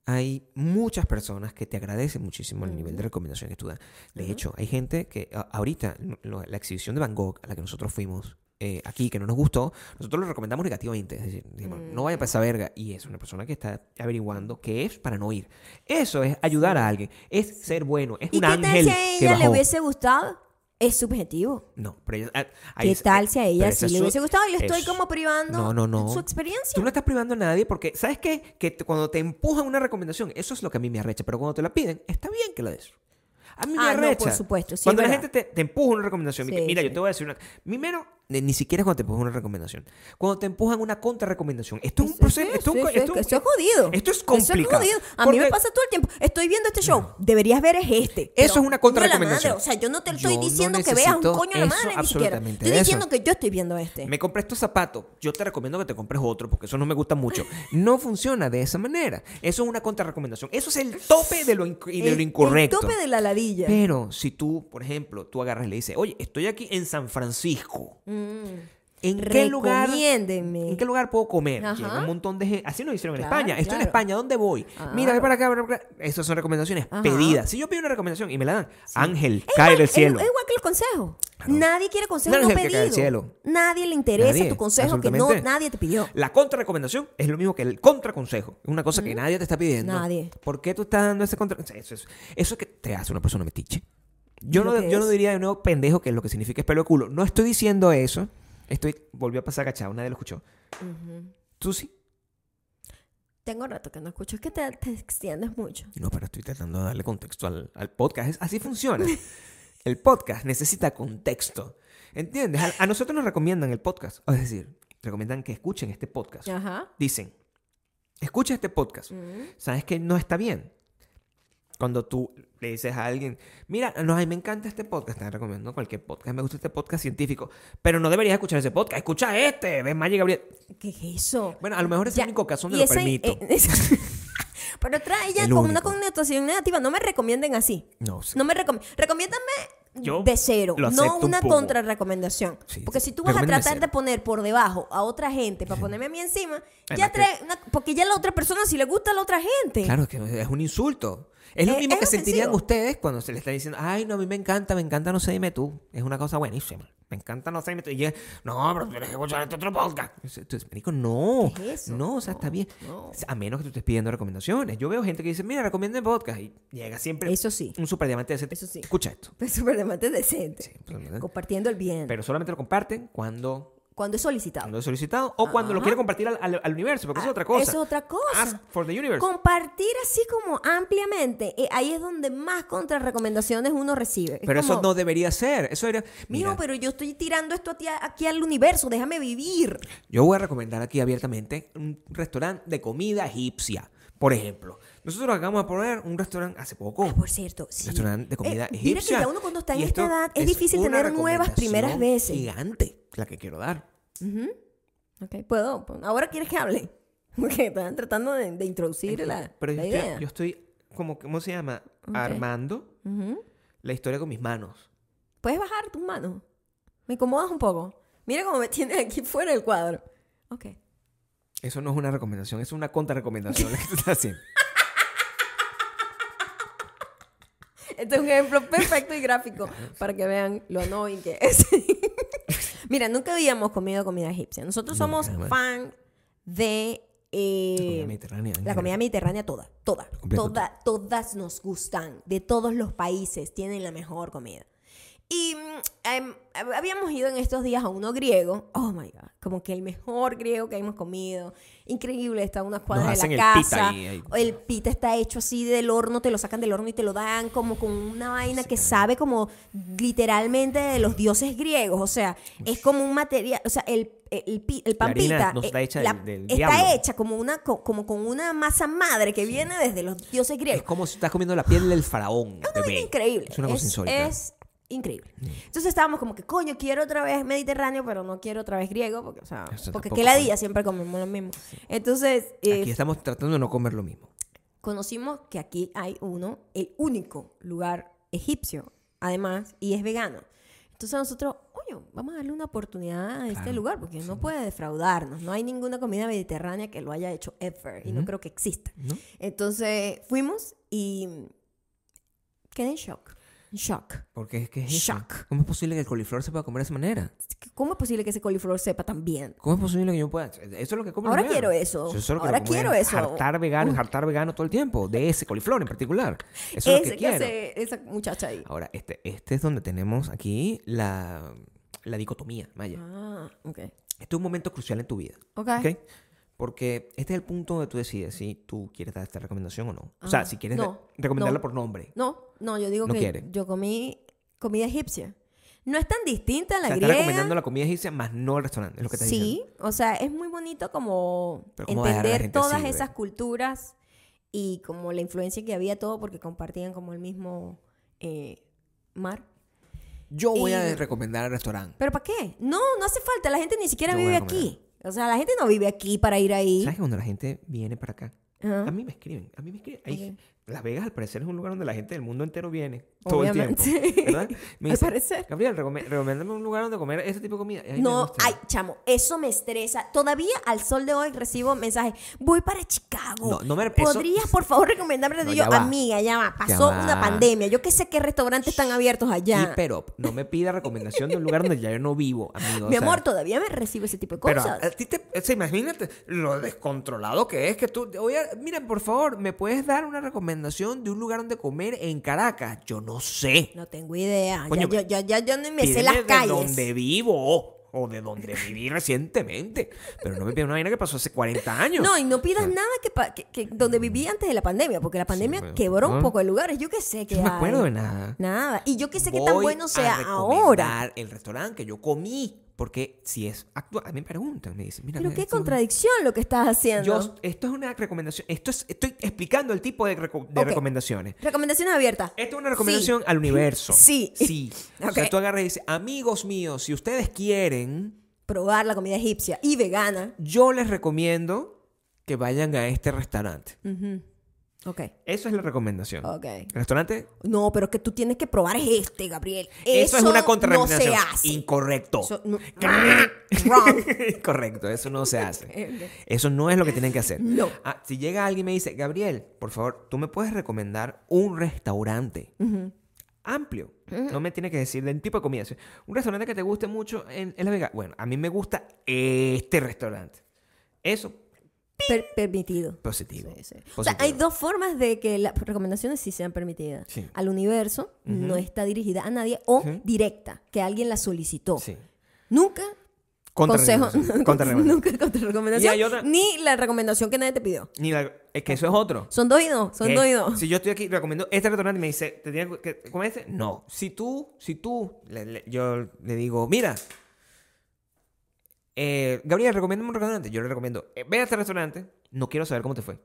B: Hay muchas personas que te agradecen muchísimo el nivel de recomendación que tú das. De hecho, hay gente que a- ahorita lo- la exhibición de Van Gogh a la que nosotros fuimos eh, aquí, que no nos gustó, nosotros lo recomendamos negativamente. Es decir, dijimos, no vaya para
A: Mm.
B: esa verga. Y es una persona que está averiguando qué es para no ir. Eso es ayudar a alguien. Es ser bueno. Es
A: ¿Y
B: un
A: qué tal
B: ángel
A: si a
B: que
A: ella le
B: bajó.
A: hubiese gustado? Es subjetivo.
B: No, pero ella- ah, ahí
A: ¿Qué
B: es-
A: tal si a
B: pero
A: ella
B: esa
A: sí
B: es
A: le
B: su-
A: hubiese gustado? Y le estoy
B: es-
A: como privando
B: No, no, no.
A: su experiencia.
B: Tú no estás privando a nadie porque, ¿sabes qué? Que t- cuando te empujan una recomendación, eso es lo que a mí me arrecha, pero cuando te la piden, está bien que la des. A mí me
A: Ah, no, por
B: arrecha.
A: supuesto, sí,
B: Cuando
A: es
B: la
A: verdad.
B: gente te, te empuja una recomendación,
A: Sí,
B: que, mira,
A: sí.
B: yo te voy a decir una. Primero, ni, ni siquiera es cuando te empujan una recomendación. Cuando te empujan una contrarrecomendación. Esto es un proceso.
A: Sí,
B: esto, es
A: sí,
B: un co-
A: sí,
B: esto es un-
A: eso es jodido.
B: Esto es
A: Eso
B: complicado.
A: es jodido. A mí
B: Porque-
A: me pasa todo el tiempo. Estoy viendo este show. Deberías ver es este. Pero,
B: es una
A: coño a la
B: contrarrecomendación.
A: madre, O sea, yo no te estoy
B: Yo no
A: diciendo que veas un
B: necesito
A: coño a la madre
B: eso,
A: ni siquiera.
B: absolutamente,
A: Estoy
B: eso.
A: diciendo que yo estoy viendo este.
B: Me compré estos zapatos. Yo te recomiendo que te compres otro porque eso no me gusta mucho. No funciona de esa manera. Eso es una contrarrecomendación. Eso es el tope de lo, inc- y de
A: El-
B: lo incorrecto.
A: El tope de la ladilla.
B: Pero si tú, por ejemplo, tú agarras y le dices, oye, estoy aquí en San Francisco.
A: Mm.
B: ¿En qué, lugar,
A: Recomiéndeme.
B: ¿En qué lugar puedo comer?
A: Ajá.
B: Llega un montón de gente. Así nos hicieron
A: Claro,
B: en España. Estoy en
A: claro. Ah.
B: España, ¿dónde voy? Mira, ve para acá, ve para acá. Esas son recomendaciones
A: Ajá.
B: pedidas. Si yo pido una recomendación y me la dan, ángel,
A: Es
B: cae
A: igual-
B: del cielo.
A: Es, es igual que los consejos.
B: Claro.
A: Nadie quiere consejos
B: Nadie
A: no
B: es el que cae del
A: pedidos.
B: cielo.
A: Nadie le interesa
B: Nadie,
A: tu consejo que no
B: absolutamente.
A: nadie te pidió.
B: La contrarrecomendación es lo mismo que el contraconsejo. Es una cosa que nadie te está pidiendo.
A: Nadie.
B: ¿Por qué tú estás dando ese contra? o sea, Eso, eso, eso que te hace una persona metiche. Yo
A: ¿Lo
B: no,
A: que
B: yo no
A: es?
B: diría de nuevo pendejo, que es lo que significa es pelo de culo. No estoy diciendo eso. Estoy. Volvió a pasar agachado, nadie lo escuchó. Tú sí.
A: Tengo rato que no escucho. Es que te, te extiendes mucho.
B: No, pero estoy tratando de darle contexto al, al podcast. Es- así
A: (laughs)
B: funciona. El podcast necesita contexto. ¿Entiendes? A, a nosotros nos recomiendan el podcast. Es decir, recomiendan que escuchen este podcast.
A: Ajá.
B: Dicen, escucha este podcast.
A: Mm.
B: ¿Sabes que no está bien? Cuando tú le dices a alguien, mira, no, ay, me encanta este podcast, te recomiendo cualquier podcast, me gusta este podcast científico, pero no deberías escuchar ese podcast, escucha este, ves Magic Gabriel.
A: ¿Qué es eso?
B: Bueno, a lo mejor es
A: Ya,
B: el único caso
A: y
B: donde lo
A: ese-
B: permito.
A: eh, (laughs) es- pero trae ya
B: El
A: con una
B: único.
A: connotación negativa. No me recomienden así.
B: no, sí.
A: No me recomiendan. Recomiéndame
B: Yo
A: de cero,
B: lo
A: no
B: acepto
A: una
B: un poco.
A: contrarrecomendación.
B: Sí,
A: porque
B: sí.
A: si tú vas a
B: Recomiéndame
A: tratar
B: cero.
A: de poner por debajo a otra gente para ponerme a mí encima, ya
B: Además que-
A: trae una- porque ya la otra persona si le gusta a la otra gente.
B: Claro, es que es un insulto. Es lo
A: Eh,
B: mismo
A: es
B: que sentirían
A: ofensivo.
B: ustedes cuando se le está diciendo, ay, no, a mí me encanta, me encanta, no sé, dime tú. Es una cosa buenísima. Me encanta, no sé, dime tú. Y llega, no, pero tienes que escuchar este otro podcast. Entonces, marico, no.
A: ¿Qué es eso?
B: No, o sea, está bien.
A: no.
B: A menos que tú estés pidiendo recomendaciones. Yo veo gente que dice, mira, recomienden podcast. Y llega siempre
A: Eso sí.
B: un super diamante decente.
A: Eso sí.
B: Escucha esto.
A: Es súper demandante decente.
B: Sí, pues, ¿verdad?
A: Compartiendo el bien.
B: Pero solamente lo comparten cuando,
A: cuando es solicitado.
B: cuando es solicitado o cuando lo quieren compartir al, al- al universo, porque eso
A: Ah,
B: es otra cosa.
A: eso es otra cosa.
B: Ask for the universe.
A: Compartir así como ampliamente, eh, ahí es donde más contrarrecomendaciones uno recibe. Es
B: Pero eso
A: como,
B: no debería ser. Eso era.
A: Mijo,
B: Mira,
A: pero yo estoy tirando esto a ti- aquí al universo, déjame vivir.
B: yo voy a recomendar aquí abiertamente un restaurante de comida egipcia, por ejemplo. Nosotros acabamos de poner un restaurante hace poco.
A: Ah, Por cierto, sí.
B: Ah, Restaurante de comida
A: Eh, Mira que
B: egipcia.
A: ya uno cuando está en
B: Y esto
A: esta edad es, difícil
B: una
A: tener nuevas primeras veces.
B: recomendación Gigante, la que quiero dar.
A: Ok, puedo. Ahora quieres que hable. (laughs) Porque están tratando de, de introducir la,
B: Pero yo
A: la
B: estoy,
A: idea.
B: yo estoy como, ¿cómo se llama? Armando
A: Ujú.
B: la historia con mis manos.
A: Puedes bajar tus manos. Me incomodas un poco. Mira cómo me tienes aquí fuera del cuadro. Ok.
B: Eso no es una recomendación, es una contrarrecomendación la que tú
A: (laughs)
B: estás haciendo.
A: Este es un ejemplo perfecto y
B: (laughs)
A: gráfico para que vean lo annoying que es. (laughs) Mira, nunca habíamos comido comida egipcia. Nosotros somos
B: Nunca, jamás.
A: fan de eh,
B: La comida mediterránea, en
A: La
B: general.
A: comida mediterránea toda, toda,
B: Completa,
A: toda, todas nos gustan. De todos los países tienen la mejor comida. Y mm, em, hab- habíamos ido en estos días a uno griego. Oh my God. Como que el mejor griego que hemos comido. Increíble. Está a unas cuadras de la
B: hacen el
A: casa.
B: pita ahí, ahí.
A: El pita está hecho así del horno. Te lo sacan del horno y te lo dan como con una vaina que sabe como literalmente de los dioses griegos. O sea, es como un material. O sea, el, el, pi- el
B: La
A: pan
B: harina
A: pita.
B: no está
A: eh,
B: hecha
A: la-
B: del- del
A: está
B: diablo.
A: hecha como, una, co- como con una masa madre que viene desde los dioses
B: Es
A: griegos.
B: como si estás comiendo la piel del faraón. bebé.
A: Es increíble.
B: Es una cosa insólita. Mm.
A: es increíble. Entonces estábamos como que, coño, quiero otra vez mediterráneo, pero no quiero otra vez griego, porque, o sea,
B: Eso
A: porque
B: tampoco,
A: qué ladilla siempre comemos lo mismo. Entonces, eh,
B: Aquí estamos tratando de no comer lo mismo.
A: conocimos que aquí hay uno, el único lugar egipcio, además, y es vegano. Entonces nosotros, oye, vamos a darle una oportunidad a este
B: Claro,
A: lugar, porque no puede defraudarnos. No hay ninguna comida mediterránea que lo haya hecho ever, y no creo que exista.
B: ¿No?
A: Entonces fuimos y quedé en shock. En shock.
B: Porque es que es eso.
A: Shock.
B: ¿Cómo es posible que el coliflor se pueda comer de esa manera?
A: ¿Cómo es posible que ese coliflor sepa tan bien?
B: ¿Cómo es posible que yo pueda? Eso es lo que como
A: Ahora quiero eso. Ahora quiero eso.
B: Hartar vegano, hartar vegano todo el tiempo. De ese coliflor en particular. Eso es lo
A: Ese
B: que quiero.
A: hace esa muchacha ahí.
B: Ahora, este, este es donde tenemos aquí la, la dicotomía, Maya.
A: Ah, ok.
B: Este es un momento crucial en tu vida.
A: Ok.
B: ¿ok? Porque este es el punto donde tú decides si tú quieres dar esta recomendación o no. o sea,
A: Ah,
B: si quieres
A: no,
B: recomendarla
A: no.
B: por nombre.
A: No, no, yo digo
B: No
A: que
B: quiere.
A: yo comí comida egipcia. No es tan distinta a la
B: o sea, estás recomendando
A: griega.
B: la comida egipcia más no el restaurante. Es lo que te
A: sí, o sea, es muy bonito como
B: Pero ¿cómo dejar a la
A: entender
B: gente
A: todas
B: así,
A: esas
B: ve?
A: culturas y como la influencia que había todo porque compartían como el mismo eh, mar.
B: Yo voy
A: Y-
B: a recomendar el restaurante.
A: ¿Pero para qué? No, no hace falta. La gente ni siquiera
B: Yo voy
A: vive
B: a comer.
A: aquí. O sea, la gente no vive aquí para ir ahí.
B: ¿Sabes que cuando la gente viene para acá?
A: Ajá.
B: A mí me escriben, a mí me escriben. Hay-
A: Ok.
B: Las Vegas, al parecer, es un lugar donde la gente del mundo entero viene todo el tiempo.
A: Obviamente.
B: ¿Verdad?
A: (laughs)
B: Me
A: Al
B: dicen,
A: parecer.
B: Gabriel, recome- recomiéndame un lugar donde comer ese tipo de comida. Ay, me
A: No,
B: gusta.
A: ay, chamo, eso me estresa. Todavía al sol de hoy recibo mensajes. Voy para Chicago.
B: No, no me- eso-
A: ¿Podrías, por favor, recomendarme?
B: No,
A: yo,
B: ya va.
A: amiga, ya va. Pasó
B: Ya
A: una
B: va.
A: pandemia. Yo que sé qué restaurantes están abiertos allá.
B: Keep it up. No me pida recomendación de un lugar donde ya yo no vivo, amigo. o
A: Mi
B: sea,
A: amor, todavía me recibo ese tipo de
B: Pero eh,
A: cosas.
B: a ti te, o sea, imagínate lo descontrolado que es que tú, oye, mira, por favor, ¿me puedes dar una recomendación de un lugar donde comer en Caracas? Yo no sé.
A: no tengo idea.
B: Coño,
A: ya, ya, ya, ya ni me sé
B: Pídeme
A: las
B: de
A: calles.
B: donde vivo o de donde viví recientemente. Pero no me pidas una vaina que pasó hace 40 años.
A: No, y no pidas nada que, pa- que- que donde viví antes de la pandemia, porque la pandemia
B: bueno,
A: quebró un
B: ¿no?
A: poco de lugares. Yo que sé que
B: Yo no me
A: hay.
B: acuerdo de nada.
A: Nada. Y yo que sé qué tan
B: Voy
A: bueno
B: a
A: sea ahora.
B: recomendar El restaurante que yo comí. Porque si es actual. A mí me preguntan, me dicen, mira.
A: Pero
B: mira,
A: qué
B: esto es una-
A: contradicción lo que estás haciendo.
B: Yo, esto es una recomendación. Esto es, estoy explicando el tipo de, reco- de
A: Ok.
B: recomendaciones.
A: Recomendaciones abiertas.
B: Esta es una recomendación al universo.
A: (laughs) Sí.
B: Sí. O sea,
A: Ok.
B: tú agarras y dices, amigos míos, si ustedes quieren,
A: Probar la comida egipcia y vegana.
B: yo les recomiendo que vayan a este restaurante.
A: Ok.
B: Eso es la recomendación.
A: Ok.
B: Restaurante,
A: No, pero que tú tienes que probar es este, Gabriel.
B: eso, es una contrarrecomendación.
A: No se hace.
B: Incorrecto. (laughs)
A: Eso no- Wrong.
B: Correcto, eso no
A: (laughs)
B: se hace.
A: Eh,
B: Eso no es lo que tienen que hacer.
A: No.
B: Ah, si llega alguien y me dice, Gabriel, por favor, tú me puedes recomendar un restaurante amplio. No me tiene que decir del tipo de comida. Si- Un restaurante que te guste mucho en, en La Vega. Bueno, a mí me gusta este restaurante. Eso,
A: Ah, Per- permitido.
B: positivo.
A: Sí, sí. O sea,
B: Positivo.
A: hay dos formas de que las recomendaciones sí sean permitidas.
B: Sí.
A: Al universo no está dirigida a nadie o
B: Sí.
A: directa, que alguien la solicitó.
B: Sí.
A: Nunca consejo,
B: Contrarrecomendación.
A: (laughs)
B: Contrarrecomendación.
A: nunca
B: Y
A: contrarrecomendación,
B: hay otra-
A: ni la recomendación que nadie te pidió.
B: Ni la- es que eso es otro.
A: Son dos y dos, son
B: Que
A: dos y dos.
B: Si yo estoy aquí recomiendo este restaurante y me dice, ¿te tienes que comer este? No. Si tú, si tú, le- le- yo le digo, mira, eh, Gabriel, recomiéndame un restaurante. Yo le recomiendo, eh, ve a este restaurante, no quiero saber cómo te fue.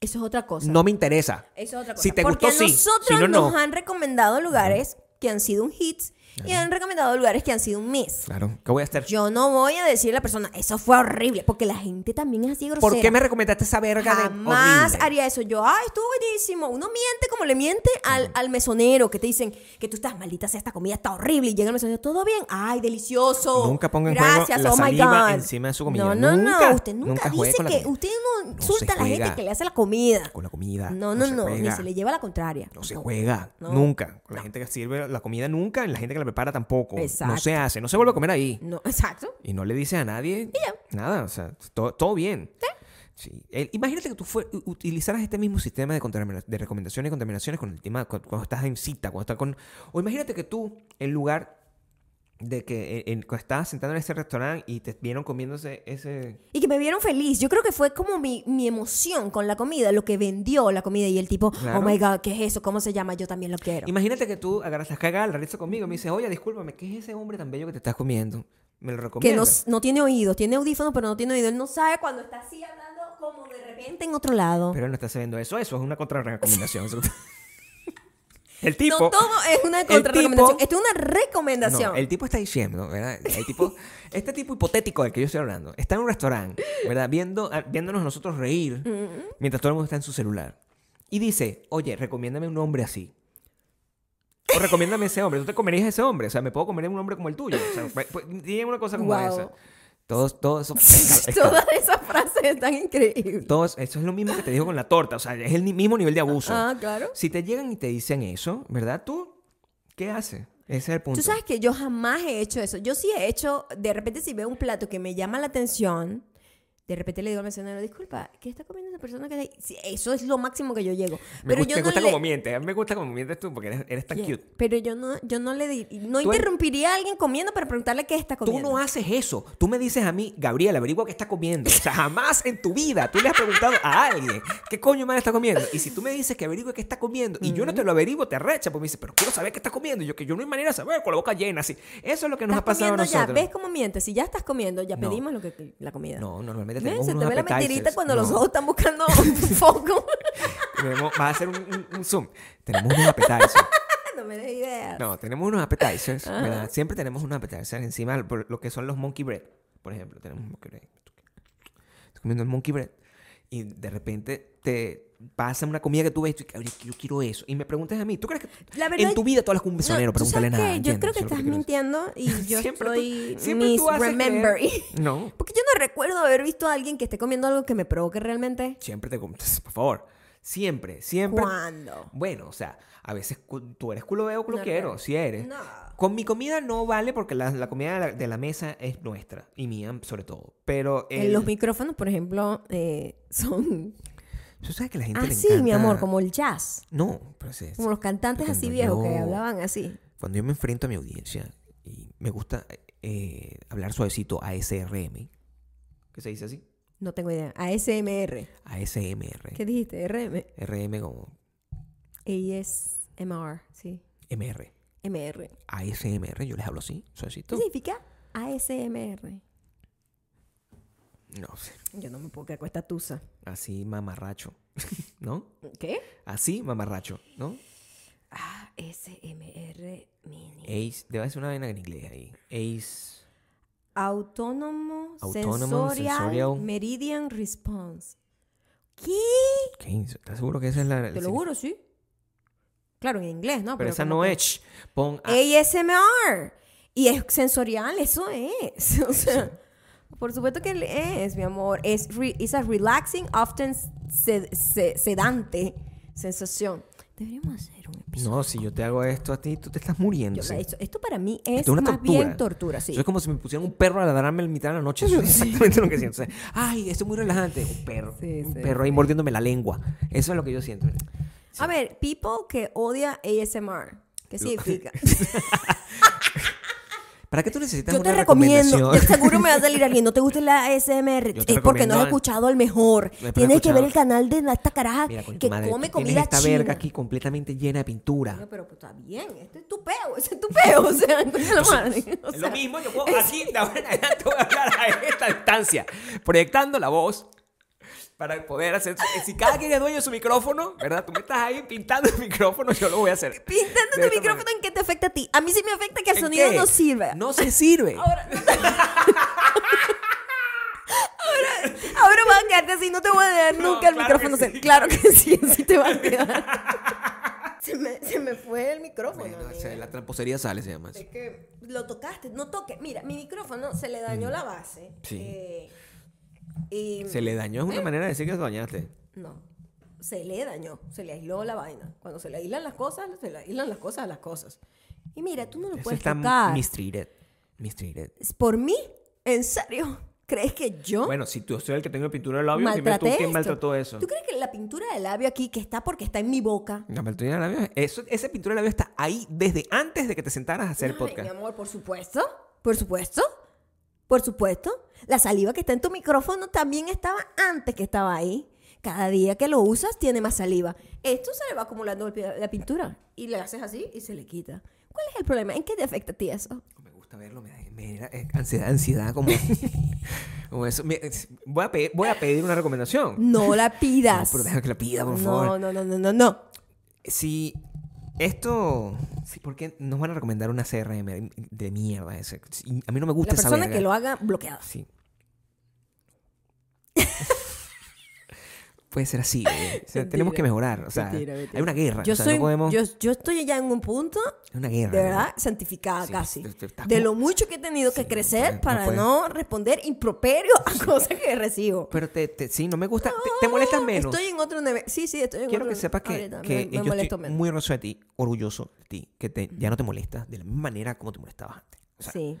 A: Eso es otra cosa.
B: no me interesa.
A: Eso es otra cosa.
B: Si te
A: Porque
B: gustó, sí.
A: nosotros
B: Si no,
A: nos
B: no.
A: han recomendado lugares que han sido un hit y han recomendado lugares que han sido un miss.
B: Claro. ¿Qué voy a hacer?
A: Yo no voy a decirle a la persona, eso fue horrible, porque la gente también es así de grosera.
B: ¿Por qué me recomendaste esa verga de
A: Jamás
B: horrible?
A: haría eso. Yo, ay, estuvo buenísimo. Uno miente como le miente al, al mesonero que te dicen que tú estás maldita sea, esta comida está horrible. Y llega el mesonero, todo bien. Ay, delicioso.
B: Nunca ponga en juego
A: Gracias,
B: la
A: oh my
B: saliva
A: God.
B: encima de su comida.
A: No, no,
B: Nunca,
A: no. Usted nunca,
B: nunca juegue
A: dice
B: con la
A: que
B: comida.
A: usted no
B: No se
A: insulta a la gente
B: juega.
A: que le hace la comida.
B: Con la comida.
A: No, no,
B: se
A: no. Ni
B: juega.
A: se le lleva la contraria.
B: No se
A: No.
B: juega,
A: No.
B: nunca. Con la gente que sirve la comida nunca, y la gente que la prepara tampoco.
A: Exacto.
B: No se hace, no se vuelve a comer ahí.
A: No, exacto.
B: Y no le dices a nadie nada, o sea, todo, todo bien. Sí. El- imagínate que tú fue- u- utilizaras este mismo sistema de, contamina- de recomendaciones y contaminaciones con el tema cu- cuando estás en cita, cuando estás con... O imagínate que tú, en lugar de que eh, en- cuando estabas sentado en ese restaurante y te vieron comiéndose ese...
A: Y que me vieron feliz. Yo creo que fue como mi, mi emoción con la comida, lo que vendió la comida y el tipo,
B: Claro.
A: oh my god, ¿qué es eso? ¿Cómo se llama? Yo también lo quiero.
B: Imagínate que tú agarras las cagas, la risa conmigo y me dices, oye, discúlpame, ¿qué es ese hombre tan bello que te estás comiendo? Me lo
A: que no,
B: recomiendas.
A: no tiene oídos, tiene audífonos, pero no tiene oídos. Él no sabe cuando está así hablando como de repente en otro lado.
B: Pero él no está sabiendo eso. Eso es
A: (laughs)
B: una contrarrecomendación. el tipo.
A: no todo es una contrarrecomendación.
B: tipo-
A: Esto es una recomendación.
B: No, el tipo está diciendo, ¿verdad?
A: (laughs)
B: El tipo, este tipo hipotético del que yo estoy hablando, está en un restaurante, ¿verdad? Viendo, a- viéndonos nosotros reír mientras todo el mundo está en su celular. Y dice, oye, recomiéndame un hombre así. O recomiéndame ese hombre. ¿Tú te comerías ese hombre? O sea, ¿me puedo comer un hombre como el tuyo?
A: (laughs)
B: O sea, fue- fue- dime una cosa como
A: Wow.
B: esa. Todo,
A: (laughs)
B: todo eso... escal- escal-
A: Todas esas frases están increíbles.
B: todo eso eso es lo mismo que te digo con la torta. O sea, es el ni- mismo nivel de abuso.
A: Ah, claro.
B: Si te llegan y te dicen eso, ¿verdad? ¿Tú qué haces? Ese es el punto.
A: Tú sabes que yo jamás he hecho eso. Yo sí he hecho, de repente si veo un plato que me llama la atención, de repente le digo al mesonero, disculpa, ¿qué está comiendo esa persona que está ahí?" Sí, Eso es lo máximo que yo llego.
B: me
A: pero
B: gusta,
A: yo
B: me
A: no
B: gusta
A: le...
B: como mientes. A mí me gusta como mientes tú porque eres, eres tan
A: Yeah,
B: cute.
A: Pero yo no, yo no le di- no
B: Tú eres-
A: interrumpiría a alguien comiendo para preguntarle qué está
B: Tú
A: comiendo.
B: no haces eso. Tú me dices a mí, Gabriel, averigua qué está comiendo. O sea, jamás en tu vida tú le has preguntado a alguien qué coño madre está comiendo. Y si tú me dices que averigua qué está comiendo y yo no
A: Mm.
B: te lo averiguo, te arrecha porque me dices, pero quiero saber qué está comiendo. Y yo que yo no hay manera de saber con la boca llena así. Eso es lo que nos
A: Estás
B: ha pasado a
A: comiendo
B: nosotros.
A: ya, ves cómo mientes. Si ya estás comiendo, ya
B: No.
A: pedimos lo que la comida.
B: No,
A: ¿Ves?
B: normalmente tenemos
A: Se te
B: unos
A: ve la
B: appetizers.
A: mentirita cuando los
B: No.
A: ojos están buscando (laughs) un foco.
B: Tenemos- va a hacer un, un- un zoom. Tenemos unos appetizers.
A: (laughs) no me des idea.
B: No, tenemos unos appetizers,
A: Ah.
B: ¿verdad? Siempre tenemos unos appetizers encima, del- por lo que son los monkey bread. Por ejemplo, tenemos monkey bread. Estoy comiendo el monkey bread. Y de repente te pasa una comida que tú ves y tú, "Gabriel, yo quiero eso. Y me preguntas a mí, ¿tú crees que
A: La verdad-
B: en tu vida tú hablas con un
A: No,
B: mesonero?
A: ¿tú sabes
B: pregúntale nada.
A: qué? Yo
B: ¿entiendes?
A: creo que
B: Eso es lo
A: estás
B: quiero decir.
A: mintiendo
B: (laughs)
A: y yo
B: Siempre tú-
A: estoy
B: siempre
A: Miss
B: tú haces creer-
A: Remembering.
B: No,
A: (laughs) Porque yo no recuerdo haber visto a alguien que esté comiendo algo que me provoque realmente.
B: siempre te preguntas, (laughs) por favor. Siempre, siempre.
A: ¿Cuándo?
B: Bueno, o sea, a veces cu- tú eres culo veo, culo
A: No,
B: quiero,
A: claro.
B: si eres.
A: No.
B: Con mi comida no vale porque la, la comida de la, de la mesa es nuestra y mía sobre todo. Pero el-
A: En los micrófonos, por ejemplo, eh, son
B: tú sabes que la gente le
A: así, Ah, mi
B: encanta-
A: amor, como el jazz.
B: no, pero es- es-
A: Como los cantantes
B: Cuando
A: así viejos que
B: yo-
A: hablaban así.
B: cuando yo me enfrento a mi audiencia y me gusta eh, hablar suavecito a SRM, ¿qué se dice así?
A: No tengo idea. ASMR.
B: A SMR.
A: ¿Qué dijiste? RM.
B: RM como
A: ASMR. Sí.
B: MR.
A: MR.
B: A SMR yo les hablo así,
A: ¿Qué
B: suavecito.
A: significa ASMR?
B: No sé,
A: Yo no me puedo quedar con esta tusa.
B: así mamarracho, (laughs) ¿no?
A: ¿Qué?
B: Así mamarracho, ¿no?
A: ASMR Mini.
B: Ace, debe ser una vaina en inglés ahí. Ace.
A: Autónomo,
B: Autónomo,
A: sensorial,
B: sensorial.
A: Meridian Response. ¿Qué?
B: ¿Qué? ¿Estás seguro que esa es la...
A: Te lo juro, sí. Claro, en inglés, ¿no?
B: Pero, esa
A: como
B: no
A: que-
B: es. ah. Pon a-
A: ASMR. Y es sensorial, eso es. (laughs) O sea, por supuesto que es, mi amor. Es re- it's a relaxing, often sed- se- sedante sensación. Deberíamos hacer un episodio.
B: No, si yo te hago esto a ti, tú te estás muriendo.
A: Yo-
B: sí.
A: esto, esto para mí es,
B: Esto es
A: más
B: una
A: bien tortura, sí.
B: Eso es como si me pusieran un perro a ladrarme en mitad de
A: (laughs)
B: la noche. Eso es exactamente lo que siento. O sea, Ay, esto es muy relajante. Un perro.
A: Sí,
B: un
A: sí,
B: perro ahí mordiéndome la lengua. Eso es lo que yo siento.
A: A ver, people que odia ASMR. ¿Qué
B: (laughs)
A: significa?
B: ¿Para qué tú necesitas
A: Yo
B: una
A: te recomiendo, de
B: recomendación?
A: seguro me va a salir alguien, no te gusta la ASMR,
B: Yo te
A: es porque
B: recomiendo
A: no has
B: al-
A: escuchado al mejor.
B: No, pero
A: Tienes que
B: escuchado.
A: ver el canal de esta caraja
B: (laughs) Mira, con tu
A: que
B: madre,
A: come
B: tú
A: comida
B: tienes esta
A: china.
B: verga aquí completamente llena de pintura.
A: No, pero pues, está bien, este es tu peo, ese es tu peo, o
B: (laughs)
A: sea, coño la madre. (laughs) o
B: es
A: sea,
B: lo mismo, yo puedo aquí, de ahora en adelante voy a hablar a esta distancia, proyectando la voz para poder hacer... Si cada quien es dueño de su micrófono, ¿verdad? Tú me estás ahí pintando el micrófono, yo lo voy a hacer.
A: (laughs) Pintando
B: De
A: tu
B: esta
A: micrófono,
B: manera.
A: ¿en qué te afecta a ti? A mí sí me afecta que el
B: ¿En
A: sonido
B: qué?
A: no sirva.
B: No
A: (laughs)
B: se sirve.
A: Ahora, no te- ahora, ahora vas a quedarte así, no te voy a dejar
B: No,
A: nunca el
B: claro
A: micrófono.
B: que
A: ser-
B: sí,
A: claro que
B: (laughs)
A: sí, así te vas a quedar. se, me, se me fue el micrófono.
B: Bueno,
A: amiga.
B: esa es la tramposería sale, se llama. eso.
A: Es que lo tocaste, no toques. Mira, mi micrófono se le dañó la base.
B: Sí.
A: eh, y
B: Se le dañó, es
A: ¿Eh?
B: una manera de decir que lo dañaste.
A: No. Se le dañó, se le aisló la vaina. Cuando se le aislan las cosas, se le aislan las cosas a las cosas. Y mira, tú no lo
B: Eso
A: puedes
B: está
A: tocar.
B: mistreated. Mistreated.
A: ¿Es ¿Por mí? ¿En serio? (laughs) ¿Crees que yo
B: Bueno, si tú soy el que tengo pintura del labio, dime
A: maltraté
B: tú quién
A: esto?
B: maltrató eso.
A: ¿Tú crees que la pintura del labio aquí, que está porque está en mi boca?
B: La pintura del labio, eso, esa pintura del labio está ahí desde antes de que te sentaras a hacer el
A: Ay,
B: podcast.
A: Mi amor, por supuesto. Por supuesto. Por supuesto. La saliva que está en tu micrófono también estaba antes que estaba ahí. Cada día que lo usas tiene más saliva. Esto se le va acumulando el pi- la pintura. Y le haces así y se le quita. ¿Cuál es el problema? ¿En qué te afecta a ti eso?
B: Me gusta verlo, me da, me da, eh, ansiedad,
A: (laughs)
B: ansiedad como, como eso. Me- es- voy, a pedir, voy a pedir una recomendación. (laughs)
A: No la
B: No,
A: pidas.
B: pero deja que la pida, por favor.
A: No, no, no, no, no, no.
B: Si esto... Si, ¿Por qué nos van a recomendar una CRM de mierda? ese? Si- A mí no me gusta
A: La
B: esa
A: persona
B: verga.
A: que lo haga bloqueada.
B: Sí. (laughs) Puede ser así. güey. O sea,
A: Mentira,
B: tenemos que mejorar. O sea,
A: mentira, mentira.
B: hay una guerra.
A: Yo,
B: o sea,
A: soy,
B: no podemos.
A: yo, yo estoy ya en un punto,
B: Hay una guerra.
A: de
B: Ah, ¿no?
A: verdad, santificada
B: Sí,
A: casi.
B: te- te- estás
A: De
B: como-
A: lo mucho que he tenido que
B: Sí, no
A: crecer
B: puedes, no
A: para
B: puedes.
A: no responder improperio a cosas que recibo.
B: Pero te, te- sí, no me gusta. Te, te molestas
A: No,
B: menos.
A: Estoy en otro nivel. Sí, sí, estoy en
B: Quiero
A: otro
B: que sepas que,
A: ahorita,
B: que
A: me, me
B: yo
A: molesto
B: estoy
A: menos.
B: muy orgulloso de ti, orgulloso de ti, que te, ya no te molestas de la misma manera como te molestabas antes. O sea,
A: Sí.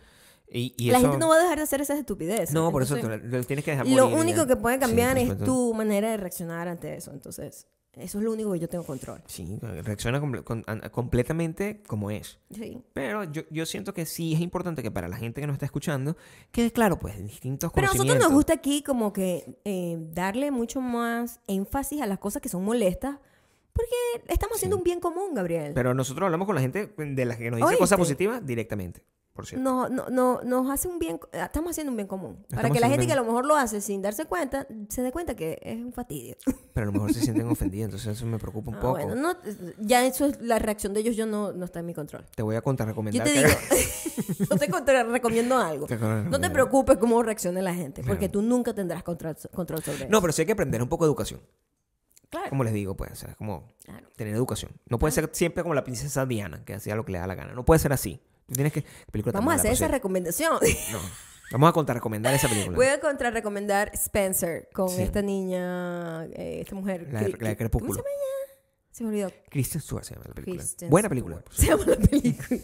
B: y, y
A: La
B: eso-
A: gente no va a dejar de hacer esas estupideces.
B: No, por eso
A: Entonces,
B: te lo, lo tienes que dejar
A: Lo
B: morir y
A: único
B: ya.
A: que puede
B: Sí,
A: cambiar
B: por
A: es
B: supuesto.
A: tu manera de reaccionar ante eso. Entonces, eso es lo único que yo tengo control.
B: Sí, reacciona comple- con- an- completamente como es.
A: Sí.
B: Pero yo, yo siento que sí es importante que para la gente que nos está escuchando quede claro, pues, distintos
A: Pero a nosotros
B: conocimientos.
A: nos gusta aquí como que eh, darle mucho más énfasis a las cosas que son molestas porque estamos haciendo un bien común, Gabriel.
B: Pero nosotros hablamos con la gente de la que nos dice
A: ¿Oíste?
B: cosas positivas directamente, por cierto.
A: no, no, no, nos hace un bien, ah, estamos haciendo un bien común. para
B: Estamos
A: que la
B: haciendo
A: gente
B: un
A: que a
B: bien-
A: lo mejor lo hace sin darse cuenta, se dé cuenta que es un fastidio.
B: Pero a lo mejor se
A: (laughs)
B: sienten ofendidos, entonces eso me preocupa (laughs) un
A: Ah,
B: poco.
A: bueno, no, ya eso es la reacción de ellos, yo no, no está en mi control.
B: Te voy a
A: Yo
B: contrarrecomendar.
A: te
B: que-
A: digo, (laughs)
B: (laughs)
A: yo te contra- recomiendo algo.
B: Te (laughs) contra-
A: No te preocupes cómo reaccione la gente, porque
B: Claro.
A: tú nunca tendrás control, control sobre
B: No,
A: eso.
B: pero sí hay que aprender un poco de educación.
A: Claro.
B: Como les digo, pues, o sea, es como
A: Claro.
B: tener educación. No puede ser siempre como la princesa Diana, que hacía lo que le da la gana. No puede ser así. Tú tienes que... película tan
A: Vamos a
B: mala,
A: hacer
B: por
A: esa
B: cierto.
A: recomendación. (laughs)
B: No. Vamos a contrarrecomendar esa película.
A: Voy a contrarrecomendar Spencer con
B: Sí.
A: esta niña, eh, esta mujer.
B: La, de-
A: Cri-
B: la
A: Cri- ¿Cómo se
B: de Crepúsculo.
A: llama ella? Se me olvidó.
B: Kristen Stewart se llama la película.
A: Kristen
B: Buena película. pues,
A: (laughs)
B: por
A: Se llama la película.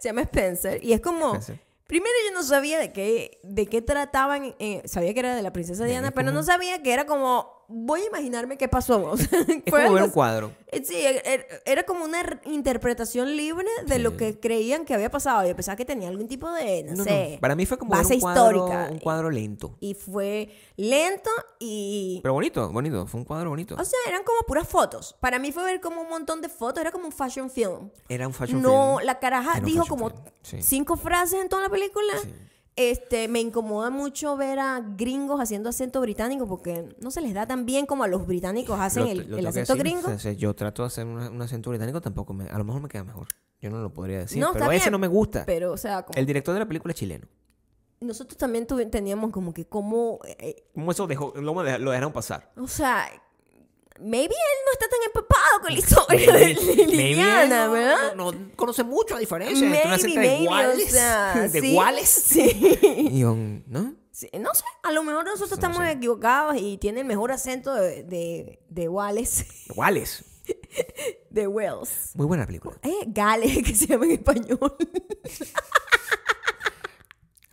A: se llama Spencer. Y es como.
B: Spencer.
A: Primero yo no sabía de qué, de qué trataban. eh, sabía que era de la princesa
B: Ya,
A: Diana,
B: es
A: pero no
B: como-
A: sabía que era como. Voy a imaginarme qué pasó. (laughs) O sea,
B: Es
A: fue
B: como ver
A: algo
B: un cuadro.
A: Eh, Sí, er- er- era como una r- interpretación libre de lo que creían que había pasado. Yo pensaba que tenía algún tipo de, no,
B: No, no.
A: sé,
B: Para mí fue como ver
A: base
B: un cuadro,
A: histórica.
B: un cuadro lento.
A: Y fue lento y...
B: Pero bonito, bonito. Fue un cuadro bonito.
A: O sea, eran como puras fotos. Para mí fue ver como un montón de fotos. Era como un fashion film.
B: Era un fashion
A: no,
B: film.
A: la caraja
B: Era un
A: dijo
B: fashion
A: como
B: film, sí.
A: cinco frases en toda la película.
B: Sí.
A: Este, me incomoda mucho ver a gringos haciendo acento británico porque no se les da tan bien como a los británicos hacen
B: Lo-
A: el,
B: lo
A: el
B: tengo que
A: acento
B: decir,
A: gringo.
B: o sea, yo trato de hacer una- un acento británico, tampoco me, a lo mejor me queda mejor. Yo no lo podría decir,
A: No,
B: pero
A: está
B: ese
A: bien,
B: no me gusta.
A: Pero, o sea, como...
B: El director de la película es chileno.
A: nosotros también tuve- teníamos como que cómo... eh,
B: Como eso dejó, lo, lo
A: (laughs)
B: dejaron pasar.
A: o sea, maybe él no está tan empapado con la historia de, de Liliana,
B: no,
A: ¿verdad?
B: No, no conoce mucho la diferencia entre una secta de
A: maybe, o
B: iguales.
A: sea,
B: (laughs) de
A: sí, (laughs)
B: iguales.
A: Sí.
B: Y un- ¿no?
A: Sí, No sé, a lo mejor nosotros estamos
B: sé.
A: equivocados y tiene el mejor acento de, de, de Wales, (laughs)
B: Iguales.
A: de Wales.
B: Muy buena película.
A: Eh, Gales, (laughs) que se llama en español.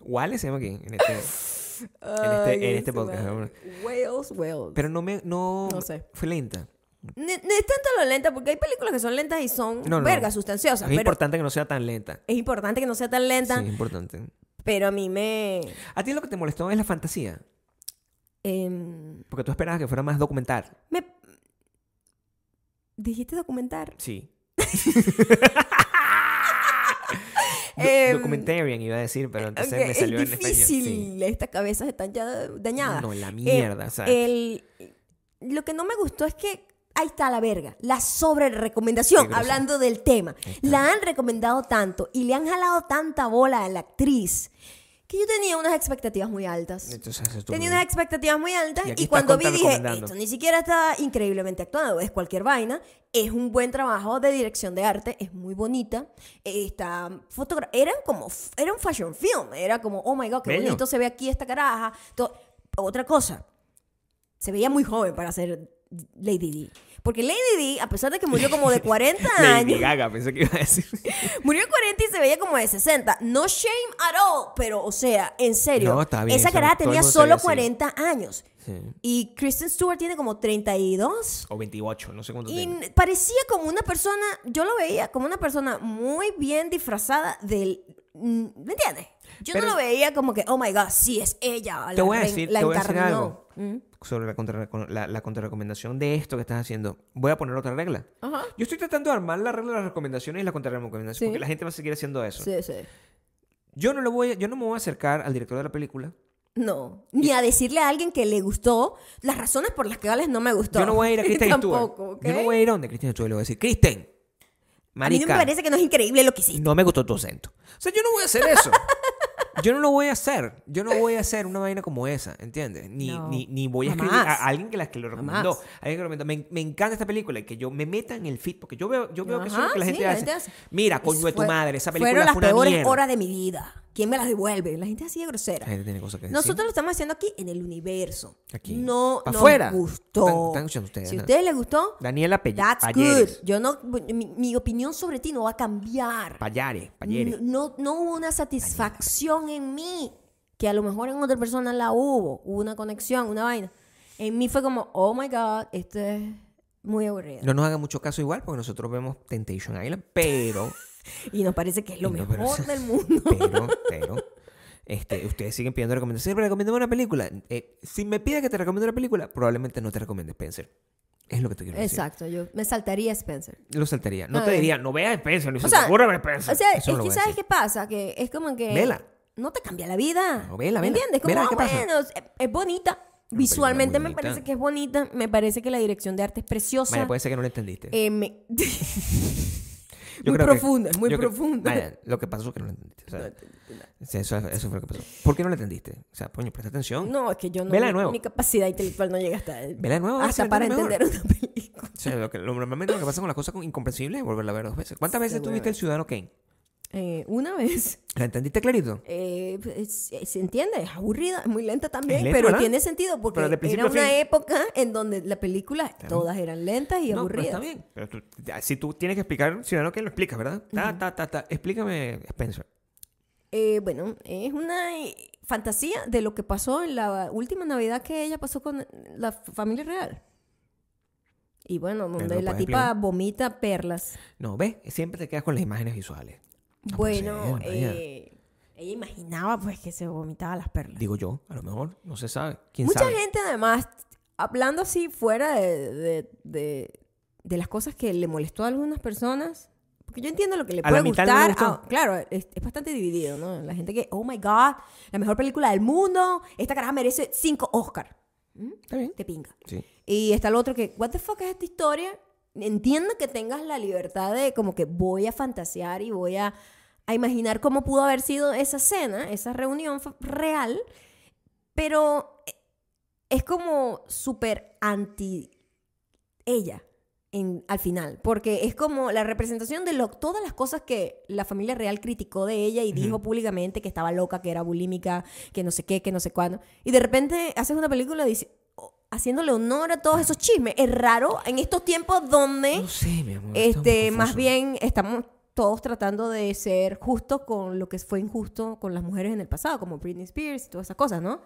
B: Wales se llama aquí. En
A: (laughs)
B: este, en este,
A: Ay,
B: en este
A: su
B: podcast.
A: madre. Wales, Wales.
B: Pero no me. No,
A: No sé.
B: Fue lenta.
A: No es tanto lo lenta, porque hay películas que son lentas y son
B: No, no.
A: vergas, sustanciosas.
B: es
A: pero
B: importante que no sea tan lenta.
A: es importante que no sea tan
B: Sí,
A: lenta,
B: es importante.
A: pero a mí me...
B: A ti lo que te molestó es la fantasía.
A: em,
B: Porque tú esperabas que fuera más documental.
A: me... Dijiste documentar. (laughs)
B: Sí. (laughs)
A: Em,
B: Documentarian iba a decir, pero entonces
A: Ok,
B: me salió
A: es
B: en español.
A: difícil,
B: Sí.
A: estas cabezas están ya dañadas.
B: No, la
A: Eh,
B: mierda, o sea.
A: el- lo que no me gustó es que ahí está la verga, la sobre recomendación,
B: Qué grosero.
A: hablando del tema.
B: está.
A: La han recomendado tanto y le han jalado tanta bola a la actriz que yo tenía unas expectativas muy altas.
B: Entonces, eso estuvo
A: Tenía
B: bien.
A: unas expectativas muy altas
B: Y aquí
A: y,
B: está
A: cuando vi
B: Conta
A: dije,
B: recomendando.
A: esto ni siquiera está increíblemente actuado, es cualquier vaina, es un buen trabajo de dirección de arte, es muy bonita, eh, está fotogra- eran como, f- era un fashion film, era como, oh my god, qué
B: Bello.
A: bonito se ve aquí esta caraja. To- Otra cosa, se veía muy joven para ser Lady D. Porque Lady D, a pesar de que murió
B: (laughs)
A: como de 40
B: Lady
A: años,
B: Gaga, pensé que iba a
A: (laughs)
B: decir.
A: Murió de 40 y se veía como de 60. No shame at all, pero, o sea, en serio.
B: No, está bien,
A: esa
B: eso
A: cara
B: todo el
A: tenía
B: mundo se ve
A: solo
B: así.
A: 40 años.
B: Sí.
A: Y Kristen Stewart tiene como 32.
B: O 28, no sé cuánto
A: Y
B: tiene.
A: n- parecía como una persona, yo lo veía como una persona muy bien disfrazada del... mm, ¿Me entiendes? Yo
B: Pero-
A: no lo veía como que, oh my god, sí es ella. La,
B: Te voy a
A: rein-
B: decir,
A: la
B: te voy a decir
A: encarnó.
B: algo
A: Mm.
B: sobre la, contra, la, la contrarrecomendación de esto que estás haciendo. Voy a poner otra regla.
A: Ajá.
B: Yo estoy tratando de armar la regla de las recomendaciones y la contrarrecomendación,
A: Sí.
B: porque la gente va a seguir haciendo eso.
A: Sí, sí.
B: Yo no lo voy, a- yo no me voy a acercar al director de la película.
A: No, ni a decirle a alguien que le gustó las razones por las que Gales no me gustó.
B: Yo no
A: (laughs)
B: voy a ir a Kristen Stewart.
A: Tampoco, ¿ok?
B: Yo no voy a ir a donde Kristen Stewart y le voy a decir, Kristen,
A: A mí no
B: marica,
A: me parece que no es increíble lo que hiciste.
B: no me gustó tu acento. O sea, yo no voy a hacer
A: (laughs)
B: eso. Yo no lo voy a hacer. Yo no voy a hacer una vaina como esa, ¿entiendes? Ni,
A: No.
B: ni, ni voy a
A: Jamás.
B: escribir a alguien que, las que lo recomendó.
A: Jamás.
B: Alguien que lo recomendó. Me, me encanta esta película. Que yo me meta en el feed. Porque yo veo, yo veo que eso es lo
A: Ajá,
B: que la
A: sí,
B: gente,
A: la
B: hace.
A: gente hace.
B: Mira, coño de tu
A: Fue-
B: madre. Esa película
A: Fueron las
B: fue una
A: peores
B: mierda.
A: horas de mi vida. ¿Quién me las devuelve? La gente así de grosera.
B: La gente tiene cosas que decir.
A: Nosotros lo estamos haciendo aquí en el universo.
B: Aquí.
A: No
B: Pa'
A: nos
B: afuera.
A: gustó.
B: Están- están escuchando ustedes,
A: si a
B: ¿no?
A: ustedes les gustó,
B: Daniela Pell-
A: that's
B: Payeres.
A: good. Yo no, mi, mi opinión sobre ti no va a cambiar.
B: Payare, Payere.
A: No, no- no hubo una satisfacción en mí que a lo mejor en otra persona la hubo. Hubo una conexión, una vaina. En mí fue como, oh my God, esto es muy aburrido.
B: No nos haga mucho caso igual porque nosotros vemos Temptation Island, pero,
A: Y nos parece que es lo
B: Y no,
A: mejor
B: pero-
A: del
B: (laughs)
A: mundo.
B: pero, pero, este, ustedes siguen pidiendo recomendaciones. Pero recomiéndame una película. Eh, si me pides que te recomiende una película, probablemente no te recomiende Spencer. Es lo que te quiero decir.
A: Exacto, yo me saltaría Spencer.
B: Lo saltaría. No
A: Ah,
B: te
A: eh.
B: diría, no veas Spencer, ni
A: O
B: se
A: sea,
B: te ocurra ver Spencer.
A: O sea,
B: Eso no
A: es
B: lo
A: que
B: voy a
A: ¿sabes
B: decir.
A: qué pasa? Que es como que...
B: Vela.
A: No te cambia la vida.
B: No, vela,
A: ¿Me
B: vela,
A: entiendes? Como,
B: vela,
A: ah,
B: ¿qué pasa?
A: bueno, es, es bonita.
B: Una película
A: Visualmente
B: muy
A: me parece
B: bonita. pues.
A: que es bonita. Me parece que la dirección de arte es preciosa.
B: Maya, puede ser que no lo entendiste.
A: Eh, me- (laughs)
B: Yo
A: muy
B: creo que-
A: profunda, muy
B: yo creo-
A: profunda.
B: Maya, lo que pasó es que no lo entendiste. O sea, sí, eso, eso fue lo que pasó. ¿Por qué no lo entendiste? O sea, coño, presta atención.
A: No, es que yo no.
B: Vela
A: mi-
B: de nuevo.
A: Mi capacidad intelectual no llega hasta.
B: Vela de nuevo, a ver si
A: Hasta
B: lo
A: para
B: entiendes
A: entender
B: mejor.
A: una película. (laughs)
B: O sea, lo que, lo- normalmente lo que pasa con las cosas con- incomprensibles es volverla a ver dos veces. ¿Cuántas veces tuviste el Ciudadano Kane?
A: Eh, una vez.
B: ¿La entendiste clarito?
A: eh, es- se entiende, es aburrida, es muy lenta también,
B: Es lenta,
A: pero
B: ¿verdad?
A: tiene sentido porque
B: Pero de principio
A: era
B: a
A: una
B: fin.
A: época en donde las películas todas eran lentas y
B: no, pero
A: aburridas.
B: está bien. Pero tú- ya, si tú tienes que explicar, Ciudadano Kane lo explicas, ¿verdad? Ta, ta, ta, ta. Explícame, Spencer.
A: Eh, bueno, es una eh, fantasía de lo que pasó en la última Navidad que ella pasó con la f- familia real. Y bueno, donde
B: lo
A: la
B: puedes
A: tipa
B: explicar?
A: vomita perlas.
B: No, ¿ves? Siempre te quedas con las imágenes visuales. Ah, pues No puede
A: bueno,
B: ser, Maya.
A: eh, ella imaginaba pues que se vomitaba las perlas.
B: Digo yo, a lo mejor, no se sabe. ¿Quién
A: Mucha
B: sabe?
A: gente además, hablando así fuera de, de- de- de las cosas que le molestó a algunas personas, porque yo entiendo lo que le
B: A la
A: puede
B: mitad no le
A: gustar.
B: gustó.
A: a- claro, es, es bastante dividido, ¿no? La gente que, oh my God, la mejor película del mundo, esta caraja merece cinco Oscar. ¿Mm?
B: Está bien.
A: Te pinga.
B: Sí.
A: Y está el otro que, what the fuck es esta historia? Entiendo que tengas la libertad de como que voy a fantasear y voy a a imaginar cómo pudo haber sido esa cena, esa reunión fa- real, pero es como súper anti ella en, al final, porque es como la representación de lo- todas las cosas que la familia real criticó de ella y dijo públicamente que estaba loca, que era bulímica, que no sé qué, que no sé cuándo. Y de repente haces una película dici- o- haciéndole honor a todos esos chismes. Es raro en estos tiempos donde
B: No sé, mi amor. está un
A: ¿Eh? este,
B: poco
A: más
B: confuso.
A: bien estamos todos tratando de ser justos con lo que fue injusto con las mujeres en el pasado, como Britney Spears y todas esas cosas, ¿no?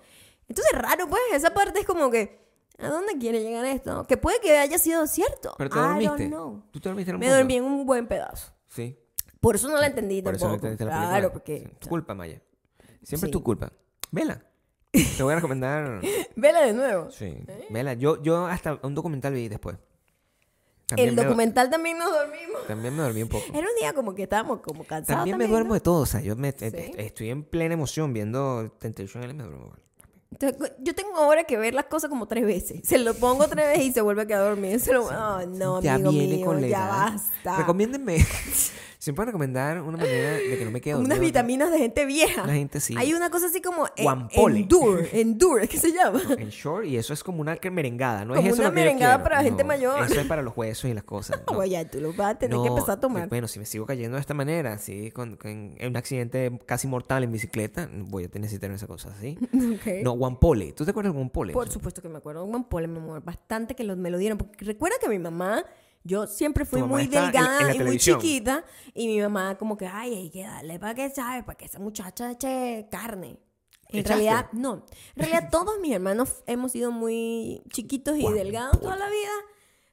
A: Entonces, raro, pues, esa parte es como que, ¿a dónde quiere llegar esto? Que puede que haya sido cierto.
B: Pero te
A: I don't
B: dormiste.
A: know.
B: ¿Tú te dormiste en el
A: Me
B: mundo?
A: dormí en un buen pedazo.
B: Sí.
A: Por eso no la entendí
B: Por eso no
A: tampoco.
B: entendiste la película.
A: claro, porque...
B: Sí. Tu culpa, Maya. Siempre
A: Sí.
B: es tu culpa. Vela. Te voy a recomendar.
A: Vela de nuevo. (laughs)
B: Sí. Vela. Yo, yo hasta un documental vi después.
A: el
B: me do-
A: documental también nos dormimos.
B: También me dormí un poco.
A: (laughs) Era un día como que estábamos como cansados
B: También
A: Ah, también,
B: me
A: ¿no?
B: duermo de todo. O sea, yo me, eh,
A: Sí.
B: eh, estoy en plena emoción viendo Temptation Island. Me duermo.
A: Entonces, cu- Yo tengo ahora que ver las cosas como tres veces. Se lo pongo tres veces y se vuelve a quedar dormido. Se lo- oh, no,
B: ya
A: amigo
B: viene
A: mío,
B: con la
A: ya
B: edad.
A: basta. (laughs)
B: Recomiéndenme. Se me pueden recomendar una manera de que no me quede dormido.
A: Unas vitaminas de gente vieja.
B: La gente sí.
A: Hay una cosa así como eh,
B: Guampole.
A: Endure, Endure, ¿qué se llama?
B: en short y eso es como una que- merengada, ¿no?
A: Como
B: es eso
A: una
B: lo que yo
A: merengada
B: quiero.
A: para la gente
B: No,
A: mayor.
B: Eso es para los huesos y
A: (laughs)
B: las cosas. (laughs) No.
A: Oye, ya tú lo vas a tener
B: No,
A: que empezar a tomar.
B: y Bueno, si me sigo cayendo de esta manera, así, con, con- en un accidente casi mortal en bicicleta, voy a necesitar esa cosa así.
A: (laughs) Ok.
B: No, guampole. ¿Tú te acuerdas de guampole?
A: Por supuesto que me acuerdo. Guampole, mi amor. Bastante que los, me lo dieron. Porque recuerda que mi mamá, yo siempre fui
B: mamá
A: muy
B: está en- en
A: delgada
B: la
A: y muy
B: televisión.
A: chiquita. Y mi mamá, como que, ay, hay que darle para que, ¿sabes? Para que esa muchacha eche carne. En
B: ¿Echaste?
A: realidad, no. En
B: (laughs)
A: realidad, todos mis hermanos hemos sido muy chiquitos y
B: Guampole.
A: delgados toda la vida.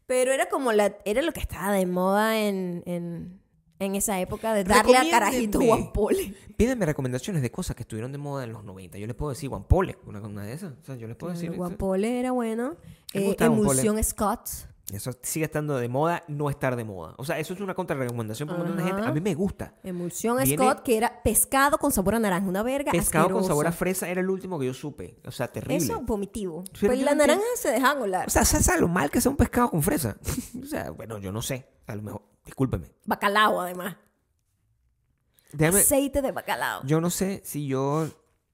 A: Pero era como la, era lo que estaba de moda en, en, en esa época de darle a carajito
B: Recomiéndenme.
A: guampole.
B: Pídenme recomendaciones de cosas que estuvieron de moda en los 90. Yo les puedo decir guampole, una, una de esas. O sea, yo les puedo decir.
A: El guampole era bueno.
B: Me
A: Eh,
B: gustaba guampole.
A: emulsión Scott.
B: Eso sigue estando de moda, no estar de moda. O sea, eso es una contrarrecomendación para un montón de gente.
A: Ajá.
B: A mí me gusta.
A: Emulsión
B: Viene-
A: Scott, que era pescado con sabor a naranja, una verga.
B: Pescado con
A: asquerosa.
B: sabor a fresa era el último que yo supe. O sea, terrible.
A: Eso, vomitivo.
B: Pero
A: pues
B: yo
A: la
B: no
A: naranja se dejaban olar.
B: O sea, ¿sabes a lo mal que sea un pescado con fresa? (laughs) o sea, bueno, yo no sé. A lo mejor, discúlpeme.
A: Bacalao, además.
B: Déjame,
A: Aceite de bacalao.
B: Em, yo no sé si yo,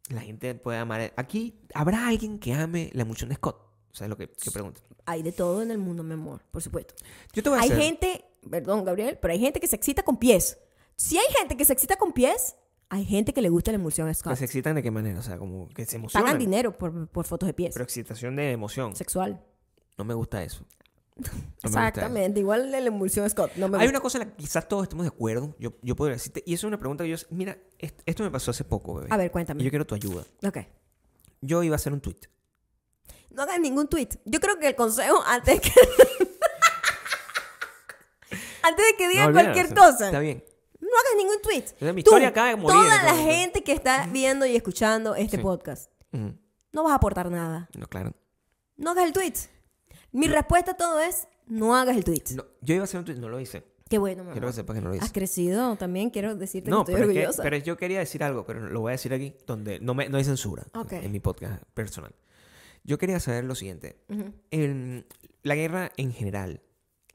B: la gente puede amar. Aquí, ¿habrá alguien que ame la emulsión de Scott? O sea, es lo que, que pregunto.
A: Hay de todo en el mundo, mi amor, por supuesto.
B: Yo te voy a
A: Hay
B: hacer-
A: gente, perdón, Gabriel, pero hay gente que se excita con pies. Si hay gente que se excita con pies, hay gente que le gusta la emulsión
B: que
A: Scott.
B: se excitan de qué manera, o sea, como que se
A: Pagan
B: emocionan.
A: dinero por, por fotos de pies.
B: Pero excitación de emoción.
A: Sexual.
B: No me
A: (laughs)
B: gusta eso. No me gusta eso.
A: Exactamente. Igual la emulsión Scott. No me
B: Hay
A: gusta.
B: una cosa en la que quizás todos estemos de acuerdo. Yo, yo podría decirte, y eso es una pregunta que yo. Mira, est- esto me pasó hace poco, bebé.
A: A ver,
B: Y yo
A: cuéntame.
B: quiero tu ayuda.
A: Ok.
B: Yo iba a hacer un tweet.
A: No hagas ningún tweet. Yo creo que el consejo antes que.
B: (laughs)
A: antes de que digas cualquier cosa.
B: Está bien.
A: No hagas ningún tweet.
B: O sea, mi
A: Tú,
B: historia acaba de morir en
A: Toda
B: este
A: la
B: momento.
A: gente que está viendo y escuchando este
B: Sí.
A: podcast.
B: Ujú.
A: No vas a aportar nada.
B: Mm, No, claro.
A: No hagas el tweet. Mi respuesta a todo es: no hagas el tweet.
B: No, yo iba a hacer un tweet, no lo hice.
A: Qué bueno, mamá.
B: Quiero que sepas que no lo hice.
A: Has crecido también. Quiero decirte
B: No,
A: Ah, que estoy
B: pero, es que-
A: orgullosa.
B: pero yo quería decir algo, pero lo voy a decir aquí, donde no, me, no hay censura
A: Ok.
B: en mi podcast personal. Yo quería saber lo siguiente.
A: Ujú.
B: En la guerra en general,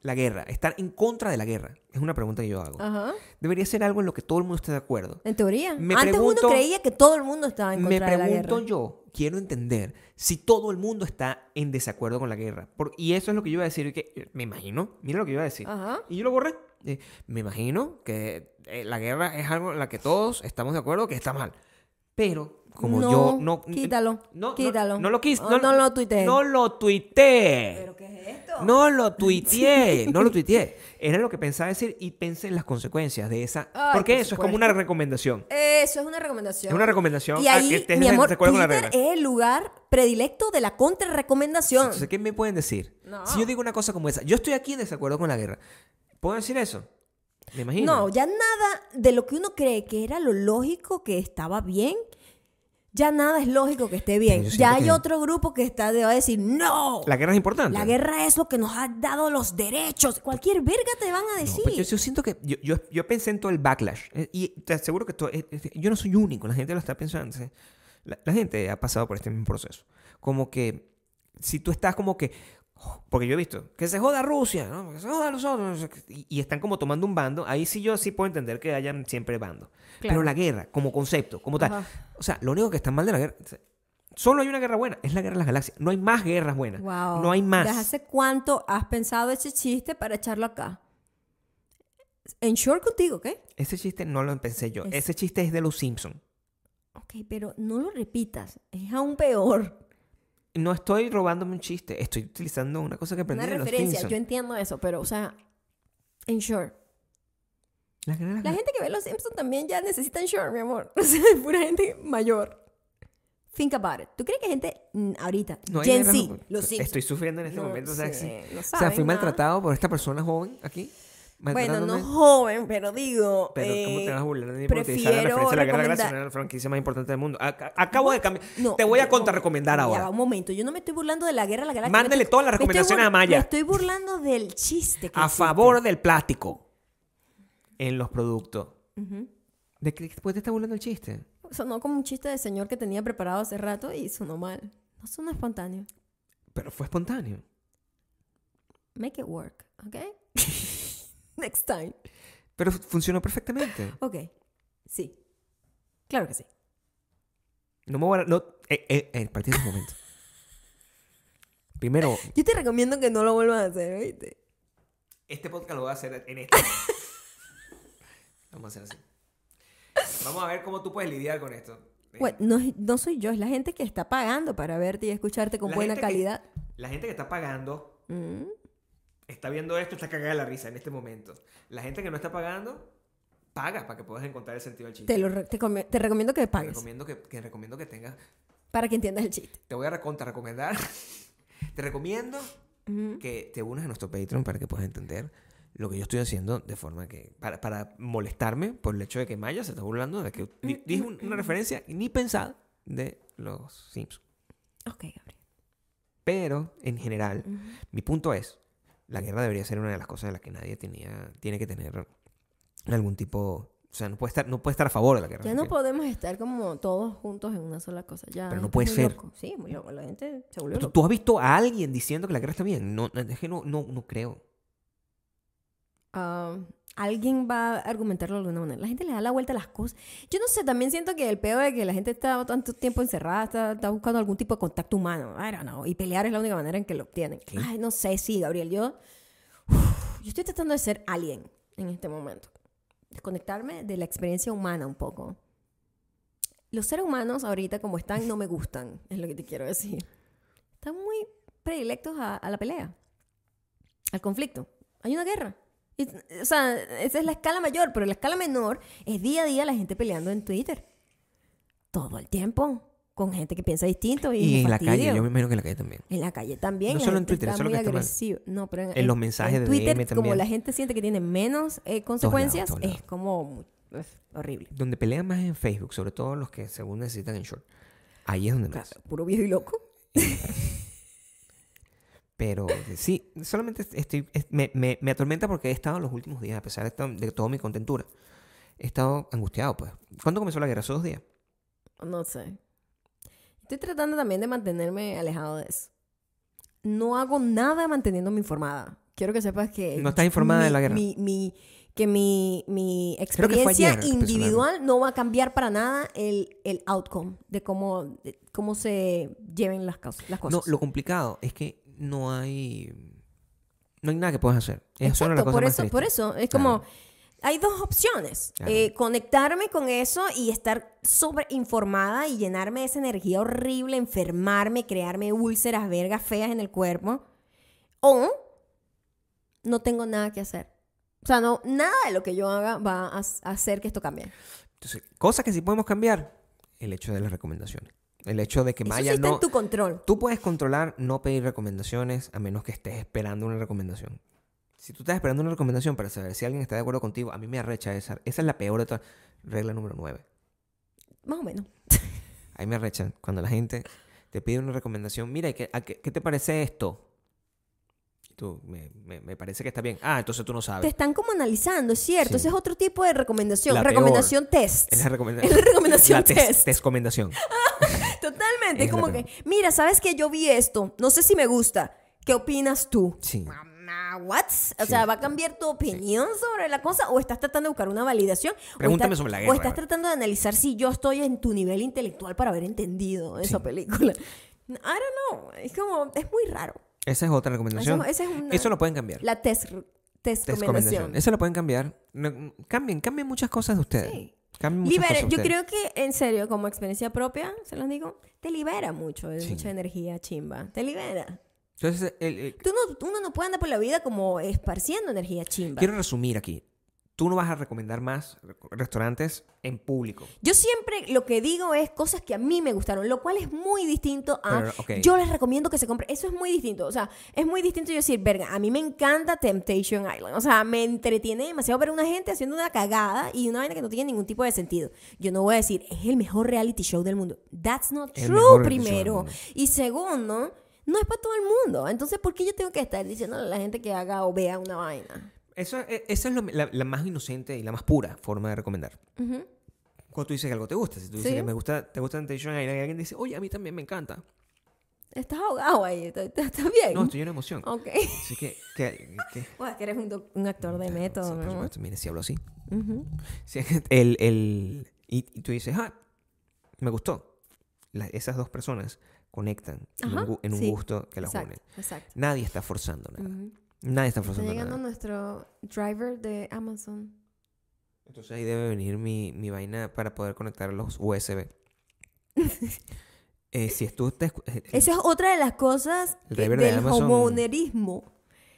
B: la guerra, estar en contra de la guerra, es una pregunta que yo hago.
A: Ajá.
B: Debería ser algo en lo que todo el mundo esté de acuerdo.
A: En teoría.
B: Me
A: Antes
B: pregunto-
A: uno creía que todo el mundo estaba Ah, en
B: Me
A: contra de la
B: pregunto
A: guerra.
B: yo, quiero entender si todo el mundo está en desacuerdo con la guerra. Por- y eso es lo que yo iba a decir, que eh, me imagino, mira lo que yo iba a decir.
A: Ajá.
B: Y yo lo borré. Eh, me imagino que eh, la guerra es algo en la que todos estamos de acuerdo que está mal. Pero como
A: No,
B: yo no...
A: quítalo,
B: No, no-
A: quítalo.
B: No, lo quise.
A: Oh, no lo tuitees.
B: No lo tuiteé.
A: ¿Pero qué es esto?
B: No lo tuiteé, no
A: (laughs)
B: lo tuiteé. Era lo que pensaba decir y pensé en las consecuencias de esa.
A: Ay,
B: porque
A: por
B: eso es como una recomendación.
A: Eso es una recomendación.
B: Es una recomendación
A: Y
B: a
A: ahí,
B: ah, que estés
A: mi
B: de
A: amor,
B: acuerdo con la
A: Twitter
B: regla.
A: es el lugar predilecto de la contrarrecomendación.
B: Entonces, ¿qué me pueden decir?
A: No.
B: Si yo digo una cosa como esa, yo estoy aquí en desacuerdo con la guerra. ¿Puedo decir eso? Me imagino.
A: No, ya nada de lo que uno cree que era lo lógico que estaba bien, ya nada es lógico que esté bien.
B: Pero yo
A: Ya
B: siento
A: hay
B: que-
A: otro grupo que está de va a decir, no, la,
B: La guerra es importante.
A: guerra es lo que nos ha dado los derechos. Cualquier verga te van a
B: No,
A: decir.
B: pero yo, yo siento que yo, yo- yo pensé en todo el backlash Eh, y te aseguro que to- eh, eh, yo no soy único, la gente lo está pensando. ¿sí? La, la gente ha pasado por este mismo proceso. Como que si tú estás como que, Porque yo he visto que se joda Rusia, ¿no? que se joda los otros. Y, y están como tomando un bando. Ahí sí yo sí puedo entender que hayan siempre bandos.
A: Claro.
B: Pero la guerra, como concepto, como tal.
A: Ajá.
B: O sea, lo único que está mal de la guerra. Solo hay una guerra buena, es la guerra de las galaxias. No hay más guerras buenas.
A: Wow.
B: No hay más.
A: ¿Desde hace cuánto has pensado ese chiste para echarlo acá? En short contigo, ¿qué?
B: Ese chiste no lo pensé yo.
A: Es-
B: Ese chiste es de los Simpsons.
A: Ok, pero no lo repitas. Es aún peor.
B: No estoy robándome un chiste, estoy utilizando una cosa que aprendí
A: Una
B: de los
A: referencia.
B: Simpsons.
A: Yo entiendo eso, pero, o sea, en short.
B: La guerra de las
A: La
B: galaxias.
A: gente que ve Los Simpsons también ya necesita en short, mi amor. (laughs) O sea, pura gente mayor. Think about it. ¿Tú crees que gente mm, ahorita,
B: No hay
A: Gen
B: guerra,
A: Z,
B: no-
A: Los Simpsons?
B: Estoy sufriendo en este
A: No
B: momento. O
A: sé,
B: sea, sí.
A: no
B: O sea,
A: saben
B: fui
A: nada.
B: maltratado por esta persona joven aquí.
A: Bueno, no
B: maltratándome.
A: joven, pero digo.
B: Pero ¿cómo te
A: eh,
B: vas a burlar de mí por utilizar la
A: prefiero
B: referencia de la guerra de las
A: recomendar-
B: galaxias? Una de las franquicias más importantes del mundo. Ac- acabo de cambiar.
A: No,
B: te voy a
A: no,
B: contrarrecomendar
A: ya
B: ahora.
A: va, un momento, yo no me estoy burlando de la guerra de la galaxia.
B: Mándale todas las recomendaciones a Maya.
A: Me estoy burlando del chiste. que
B: a
A: hiciste.
B: favor del plástico en los productos. ¿De qué después te está burlando el chiste?
A: Sonó como un chiste de señor que tenía preparado hace rato y sonó mal. No sonó espontáneo.
B: Pero fue espontáneo.
A: Make it work,
B: (laughs)
A: ¿ok? Next time.
B: Pero funcionó perfectamente.
A: Ok. Sí. Claro que sí.
B: No me voy a... No, eh, eh, eh, partí de ese momento. Primero,
A: Yo te recomiendo que no lo vuelvas a hacer, ¿viste?
B: este podcast lo voy a hacer en este. Vamos a hacer así. Vamos a ver cómo tú puedes lidiar con esto. Eh,
A: Bueno, no, es- no soy yo, es la gente que está pagando para verte y escucharte con
B: La
A: buena
B: gente que-
A: calidad.
B: La gente que está pagando
A: Mm.
B: está viendo esto, está cagada de la risa en este momento. La gente que no está pagando, paga para que puedas encontrar el sentido del chiste.
A: Te, lo re- te come- te recomiendo que
B: Te
A: pagues
B: recomiendo que, que recomiendo que tengas.
A: para que entiendas el chiste.
B: Te voy a recontra recomendar. (laughs) te recomiendo
A: Mm,
B: que te unas a nuestro Patreon para que puedas entender lo que yo estoy haciendo de forma que. Para, para molestarme por el hecho de que Maya se está burlando
A: Mm,
B: de que di- dije un- una referencia ni pensada de los Simpsons.
A: Ok, Gabriel.
B: Pero, en general,
A: Mm.
B: mi punto es: la guerra debería ser una de las cosas de las que nadie tenía, tiene que tener algún tipo. O sea, no puede estar, no puede estar a favor de la guerra.
A: Ya no
B: ¿ok?
A: podemos estar como todos juntos en una sola cosa. Ya,
B: Pero no
A: esto es
B: puede
A: muy
B: ser.
A: loco. Sí, muy loco. La gente se vuelve
B: ¿Tú,
A: loca.
B: tú has visto a alguien diciendo que la guerra está bien? No, es que no, no, no creo.
A: Ah, alguien va a argumentarlo de alguna manera. La gente le da la vuelta a las cosas. Yo no sé, también siento que el peo de que la gente está tanto tiempo encerrada, está, está buscando algún tipo de contacto humano. I don't know. Y pelear es la única manera en que lo obtienen.
B: ¿Qué?
A: Ay, no sé, sí, Gabriel. Yo, Uf, yo estoy tratando de ser alguien en este momento. Desconectarme de la experiencia humana un poco. Los seres humanos ahorita como están no me gustan, (laughs) es lo que te quiero decir. Están muy predilectos a, a la pelea, al conflicto. Hay una guerra. Y- o sea, esa es la escala mayor, pero la escala menor es día a día la gente peleando en Twitter. Todo el tiempo, con gente que piensa distinto. Y,
B: Y
A: es
B: en
A: un
B: la calle,
A: fastidio.
B: yo me imagino que en la calle también.
A: En la calle también.
B: No
A: la
B: solo en
A: gente
B: Twitter,
A: está
B: eso es lo
A: muy
B: que está mal.
A: agresivo. No, pero en,
B: En los mensajes
A: en
B: de
A: Twitter,
B: DM
A: como
B: también.
A: la gente siente que tiene menos eh, consecuencias,
B: todos lados.
A: es como mu- es horrible.
B: Donde pelean más es en Facebook, sobre todo los que según necesitan en short. Ahí es donde
A: Claro,
B: más.
A: puro viejo y loco.
B: Pero eh, sí, solamente estoy, es- me, me- me atormenta porque he estado los últimos días, a pesar de, to- de toda mi contentura. He estado angustiado, pues. ¿Cuándo comenzó la guerra? ¿Hace dos días?
A: No sé. Estoy tratando también de mantenerme alejado de eso. No hago nada manteniéndome informada. Quiero que sepas que...
B: No estás informada de
A: mi-
B: la guerra.
A: mi- mi- que mi, mi
B: Creo que fue
A: experiencia
B: ayer,
A: individual no va a cambiar para nada el, el outcome de cómo, de cómo se lleven las, caus- las cosas.
B: No, lo complicado es que no hay. No hay nada que puedas hacer. Es solo la
A: Exacto,
B: cosa
A: por
B: más
A: eso,
B: triste.
A: por eso. Es
B: Claro.
A: como, hay dos opciones.
B: Claro.
A: Eh, conectarme con eso y estar sobreinformada y llenarme de esa energía horrible, enfermarme, crearme úlceras, vergas feas en el cuerpo. O no tengo nada que hacer. O sea, no, nada de lo que yo haga va a s- a hacer que esto cambie.
B: Entonces, cosas que sí podemos cambiar. El hecho de las recomendaciones. El hecho de que
A: Eso sí
B: Maya
A: está
B: no.
A: en tu control.
B: Tú puedes controlar no pedir recomendaciones a menos que estés esperando una recomendación. Si tú estás esperando una recomendación para saber si alguien está de acuerdo contigo, a mí me arrecha esa. Esa es la peor de todas. Regla número 9.
A: Más o menos.
B: A mí me arrecha cuando la gente te pide una recomendación. Mira, ¿y ¿qué, a qué, qué te parece esto? Y Tú, me, me- me parece que está bien. Ah, entonces tú no
A: Te
B: sabes.
A: están como analizando, es cierto.
B: Sí.
A: Ese es otro tipo de recomendación.
B: La peor.
A: recomendación test.
B: Es la
A: Es la
B: recomendación.
A: recomendación
B: La tes-
A: test.
B: tescomendación.
A: Totalmente,
B: Es
A: como
B: la
A: que,
B: peor.
A: mira, ¿sabes que Yo vi esto, no sé si me gusta. ¿Qué opinas tú?
B: Sí.
A: Mamá, what? O
B: Sí.
A: sea, ¿va a cambiar tu opinión sobre la cosa o estás tratando de buscar una validación? ¿O
B: Pregúntame
A: estás-
B: sobre la
A: O
B: guerra.
A: estás tratando de analizar si yo estoy en tu nivel intelectual para haber entendido esa película. (laughs) I don't know. Es como, es muy raro.
B: Esa es otra recomendación.
A: Esa- esa es una-
B: Eso lo pueden cambiar.
A: La test, test
B: Esa es
A: recomendación.
B: recomendación. Eso lo pueden cambiar. No, cambien, cambien muchas cosas de ustedes.
A: Sí.
B: Cambien muchas
A: Libera,
B: cosas de
A: yo
B: ustedes.
A: creo que en serio, como experiencia propia, se los digo, te libera mucho, de
B: Sí.
A: mucha energía chimba, te libera.
B: Entonces, el- el-
A: Tú no, uno no puede andar por la vida como esparciendo energía chimba.
B: quiero resumir aquí. Tú no vas a recomendar más re- restaurantes en público.
A: Yo siempre lo que digo es cosas que a mí me gustaron, lo cual es muy distinto a
B: Pero, ok.
A: yo les recomiendo que se compre. Eso es muy distinto. O sea, es muy distinto yo decir, verga, a mí me encanta Temptation Island. O sea, me entretiene demasiado ver a una gente haciendo una cagada y una vaina que no tiene ningún tipo de sentido. Yo no voy a decir, es el mejor reality show del mundo. That's not
B: El
A: true,
B: mejor reality show del
A: primero.
B: mundo.
A: Y segundo, no es para todo el mundo. Entonces, ¿por qué yo tengo que estar diciéndole a la gente que haga o vea una vaina?
B: Eso, e- esa es lo- la, la más inocente y la más pura forma de recomendar. Cuando tú dices que algo te gusta, si tú dices
A: Sí.
B: que me gusta, te gusta Temptation Island y alguien dice, oye, a mí también me encanta.
A: Estás ahogado ahí. ¿Estás estás bien?
B: No, estoy en emoción.
A: Ok. (laughs)
B: Así que, que- que-
A: Bueno, es que eres un, doc- un actor de método,
B: Sí, por
A: ¿no?
B: supuesto, mira, si hablo así.
A: Ujú.
B: Sí, (laughs) el, el- y, y tú dices, ah, me gustó. La- esas dos personas conectan en
A: Ajá,
B: un, gu- en un
A: sí,
B: gusto que las une.
A: Exacto, exacto.
B: Nadie está forzando nada.
A: Ujú.
B: Nadie está
A: Está
B: forzando
A: llegando
B: nada.
A: nuestro driver de Amazon.
B: Entonces ahí debe venir mi, mi vaina para poder conectar los
A: (laughs)
B: USB. Eh, si tú estás... eh,
A: Esa es otra de las cosas
B: El
A: que-
B: driver de
A: del
B: Amazon-
A: homeownerismo.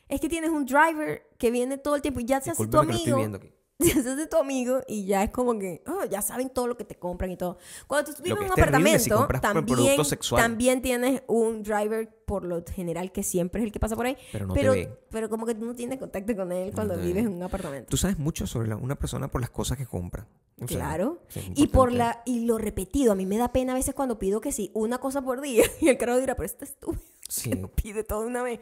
A: Es que tienes un driver que viene todo el tiempo y ya se hace tu
B: discúlpame que lo estoy
A: amigo.
B: viendo aquí.
A: (laughs) Ya se hace tu amigo y ya es como que, oh, ya saben todo lo que te compran y todo. Cuando tú vives
B: que
A: en un
B: es terrible si
A: apartamento,
B: compras por
A: también,
B: producto sexual.
A: también tienes un driver por lo general que siempre es el que pasa por ahí.
B: Pero no te
A: pero,
B: ve.
A: pero como que tú no tienes contacto con él cuando
B: te ve.
A: vives en un apartamento.
B: Tú sabes mucho sobre la- una persona por las cosas que compra. O sea,
A: Claro.
B: sí, es
A: y por
B: importante.
A: la y lo repetido, a mí me da pena a veces cuando pido que sí, una cosa por día (laughs) y el carro dirá, pero este estúpido (laughs)
B: Sí.
A: que no pide todo de una vez.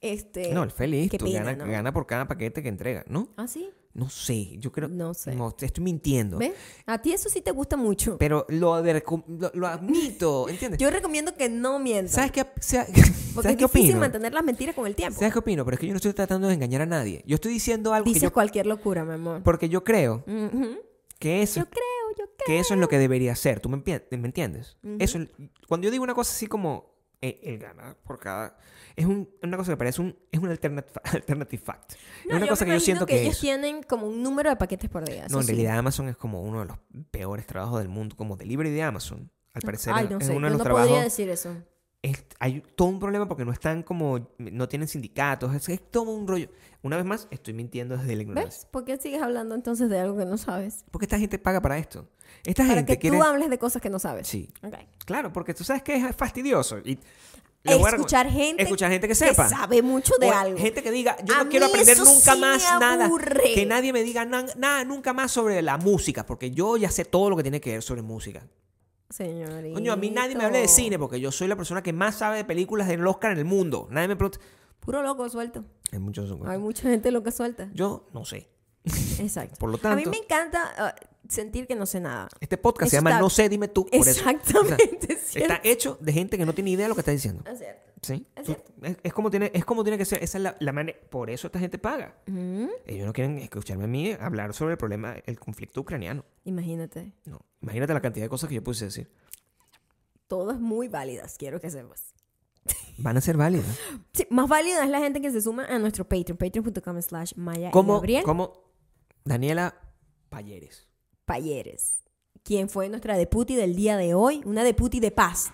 A: Este,
B: No, el feliz.
A: qué
B: tú
A: pena,
B: gana,
A: ¿no?
B: gana por cada paquete que entrega, ¿no?
A: Ah, sí.
B: No sé, yo creo.
A: No sé.
B: te estoy mintiendo.
A: ¿Ves? A ti eso sí te gusta mucho.
B: Pero lo, de- lo, lo admito, ¿entiendes?
A: Yo recomiendo que no mientas.
B: ¿Sabes qué, sea-
A: Porque
B: (laughs) ¿sabes
A: es
B: qué
A: difícil
B: opino?
A: mantener las mentiras con el tiempo.
B: ¿Sabes qué opino? Pero es que yo no estoy tratando de engañar a nadie. Yo estoy diciendo algo que
A: Dices
B: yo-
A: cualquier locura, mi amor.
B: porque yo creo
A: Ujú.
B: que eso,
A: Yo creo, yo creo.
B: que eso es lo que debería ser. ¿Tú me, empie- me entiendes? Eso, es- cuando yo digo una cosa así como eh, el ganar por cada... Es un- una cosa que parece un... Es un alternat- (laughs) alternative fact.
A: No,
B: es una
A: yo
B: cosa
A: me
B: que yo
A: imagino
B: siento que,
A: ellos
B: es.
A: tienen como un número de paquetes por día. eso
B: No, en
A: sí.
B: realidad Amazon es como uno de los peores trabajos del mundo, como delivery de Amazon. Al parecer
A: Ah, Ay,
B: es-
A: no
B: es
A: sé.
B: uno
A: yo
B: de los
A: no
B: trabajos.
A: podría decir eso.
B: es- hay todo un problema porque no están como, no tienen sindicatos, es, es todo un rollo. Una vez más, estoy mintiendo desde la ignorancia.
A: ¿Ves? ¿Por qué sigues hablando entonces de algo que no sabes?
B: Porque esta gente paga para esto. Esta
A: Para
B: gente
A: que
B: quiere...
A: tú hables de cosas que no sabes.
B: Sí,
A: Ok.
B: claro, porque tú sabes que es fastidioso. Y les voy a recom-
A: Escuchar gente,
B: escuchar gente que sepa.
A: sabe mucho de
B: O
A: algo.
B: Gente que diga, yo
A: A
B: no quiero
A: mí
B: aprender
A: eso
B: nunca
A: sí me
B: más nada.
A: aburre.
B: Que nadie me diga nan- nada nunca más sobre la música, porque yo ya sé todo lo que tiene que ver sobre música.
A: Señorito.
B: Coño, a mí nadie me hable de cine porque yo soy la persona que más sabe de películas del Oscar en el mundo. Nadie me pregunta.
A: Puro loco suelto.
B: Hay muchos
A: Hay mucha gente loca
B: (laughs)
A: suelta.
B: Yo no sé.
A: Exacto.
B: Por lo
A: a mí
B: tanto,
A: me encanta ah, sentir que no sé nada.
B: este podcast se
A: Eso
B: llama
A: está-
B: No sé, dime tú. Por eso.
A: Exactamente.
B: O sea, está hecho de gente que no tiene idea de lo que está diciendo.
A: cierto. Es cierto.
B: ¿Sí?
A: Es
B: Tú- Es, es como tiene, es como tiene que ser. Esa es la, la manera. Por eso esta gente paga. Ellos no quieren escucharme a mí hablar sobre el problema, el conflicto ucraniano.
A: Imagínate.
B: No. Imagínate la cantidad de cosas que yo puse a decir.
A: Todas muy válidas, quiero que sepas.
B: Van a ser válidas.
A: Sí, más válida es la gente que se suma a nuestro Patreon. Patreon.com slash Maya y
B: Como,
A: Gabriel
B: como Daniela Payeres.
A: Payeres. Quien fue nuestra deputy del día de hoy. Una deputy de paz.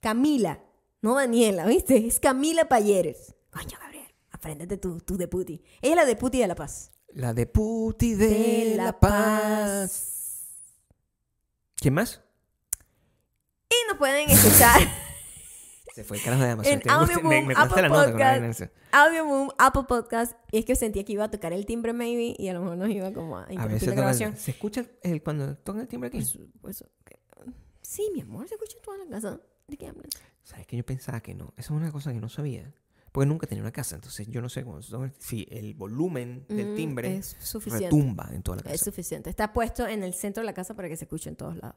A: Camila. No Daniela, ¿viste? Es Camila Payeres. Coño, Gabriel. Apréndete tú, tú deputy. Ella es la deputy de la paz.
B: La de Puti de, la Paz. ¿Quién más?
A: Y nos pueden escuchar
B: Se fue el carajo de Amazon.
A: En
B: Te- me-
A: Audioboom,
B: (laughs) me, me cortaste
A: Apple
B: la nota con la
A: Podcast.
B: vaina esa.
A: Audio Boom, Apple Podcast. Y es que sentía que iba a tocar el timbre, maybe, y a lo mejor nos iba como a
B: A
A: interrumpir
B: veces
A: la
B: toca-
A: grabación.
B: se escucha el, el- cuando toca el timbre aquí.
A: Pues- pues, ok. Sí, mi amor, se escucha en toda la casa. ¿De qué hablas?
B: Sabes que yo pensaba que no. Esa es una cosa que no sabía. Porque nunca tenía una casa. Entonces yo no sé cómo- si el volumen del
A: Mm,
B: timbre
A: es suficiente.
B: retumba en toda la
A: Es
B: casa.
A: suficiente. Está puesto en el centro de la casa para que se escuche en todos lados.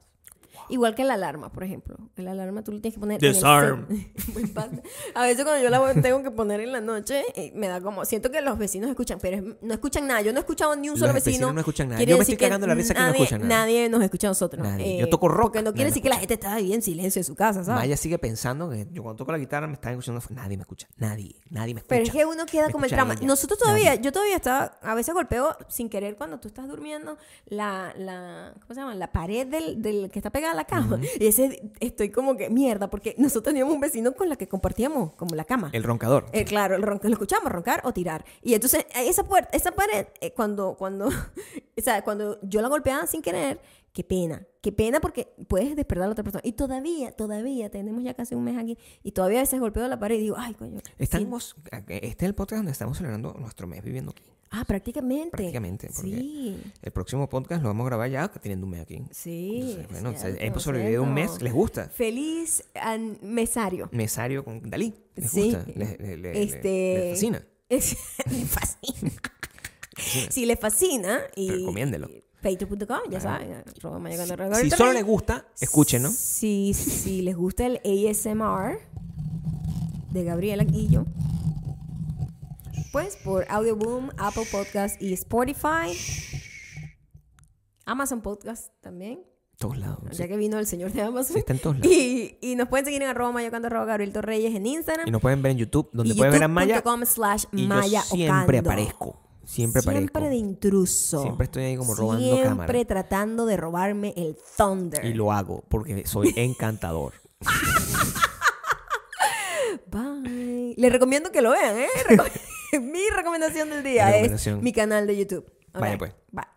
A: Igual que la alarma, por ejemplo. La alarma tú le tienes que poner. en el
B: Disarm.
A: (laughs) cel- Muy padre. a veces cuando yo la voy- tengo que poner en la noche, eh, me da como. Siento que los vecinos escuchan, pero es- no escuchan nada. Yo no he escuchado ni un
B: Los
A: solo
B: vecinos
A: vecino.
B: no escuchan nada.
A: Quiere
B: Yo me
A: decir
B: estoy cagando la risa que no
A: nadie-
B: escuchan nada.
A: Nadie nos escucha a nosotros. Eh,
B: Nadie. Yo toco rock,
A: Porque no
B: nadie
A: quiere
B: me
A: decir que la gente está ahí en silencio en su casa, ¿sabes?
B: Maya sigue pensando que yo cuando toco la guitarra me están escuchando. Nadie me escucha. Nadie. Nadie me escucha.
A: Pero es que uno queda
B: Me
A: como el
B: escucha
A: trama.
B: ella.
A: Nosotros todavía,
B: Nadie.
A: yo todavía estaba, a veces golpeo sin querer cuando tú estás durmiendo la, la ¿cómo se llama? La pared del, del que está pegada a la cama. Y ese, estoy como que, mierda, porque nosotros teníamos un vecino con la que compartíamos como la cama.
B: El roncador.
A: Eh, claro, el ronco, lo escuchamos roncar o tirar. Y entonces eh, esa puerta, esa pared, eh, cuando, cuando, (laughs) o sea, cuando yo la golpeaba sin querer, qué pena, qué pena porque puedes despertar a la otra persona. Y todavía, todavía, tenemos ya casi un mes aquí y todavía a veces golpeo la pared y digo, ay, coño. sí.
B: Estamos, este es el podcast donde estamos celebrando nuestro mes viviendo aquí.
A: Ah, prácticamente.
B: Prácticamente, porque-
A: Sí,
B: El próximo podcast lo vamos a grabar ya que teniendo un mes aquí.
A: sí.
B: Entonces, bueno, o sea,
A: cierto,
B: hemos sobrevivido un mes.
A: cierto.
B: ¿Les gusta?
A: Feliz an- mesario.
B: Mesario con Dalí. ¿Les
A: Sí.
B: gusta? ¿Les, le- le- le-
A: Este-
B: les fascina?
A: Es- (laughs) le fascina.
B: fascina.
A: Si les fascina y
B: Recomiéndelo.
A: y Patreon.com, ya saben. arroba Mayocando Records.
B: Si
A: También-
B: solo les gusta, escuchen, ¿no?
A: Si, si les gusta el ASMR de Gabriela Guillo, pues por Audioboom, Apple Podcast y Spotify. Amazon Podcast también,
B: Todos lados. sí.
A: ya que vino el señor de Amazon.
B: Sí, está en todos lados.
A: (laughs) Y, y nos pueden seguir en arroba mayocando arroba Gabriel Torreyes en Instagram.
B: Y nos pueden ver en YouTube, donde pueden ver a Maya.
A: youtube.com slash
B: Y
A: Maya
B: yo siempre
A: Ocando.
B: aparezco. Siempre aparezco.
A: Siempre de intruso.
B: Siempre estoy ahí como robando
A: Siempre
B: cámara.
A: tratando de robarme el thunder.
B: Y lo hago porque
A: (laughs)
B: soy encantador.
A: Bye. Les recomiendo que lo vean, ¿eh? Recom- (laughs) mi recomendación del día
B: Mi
A: es
B: recomendación.
A: mi canal de YouTube. Ok,
B: Vaya, pues.
A: Bye.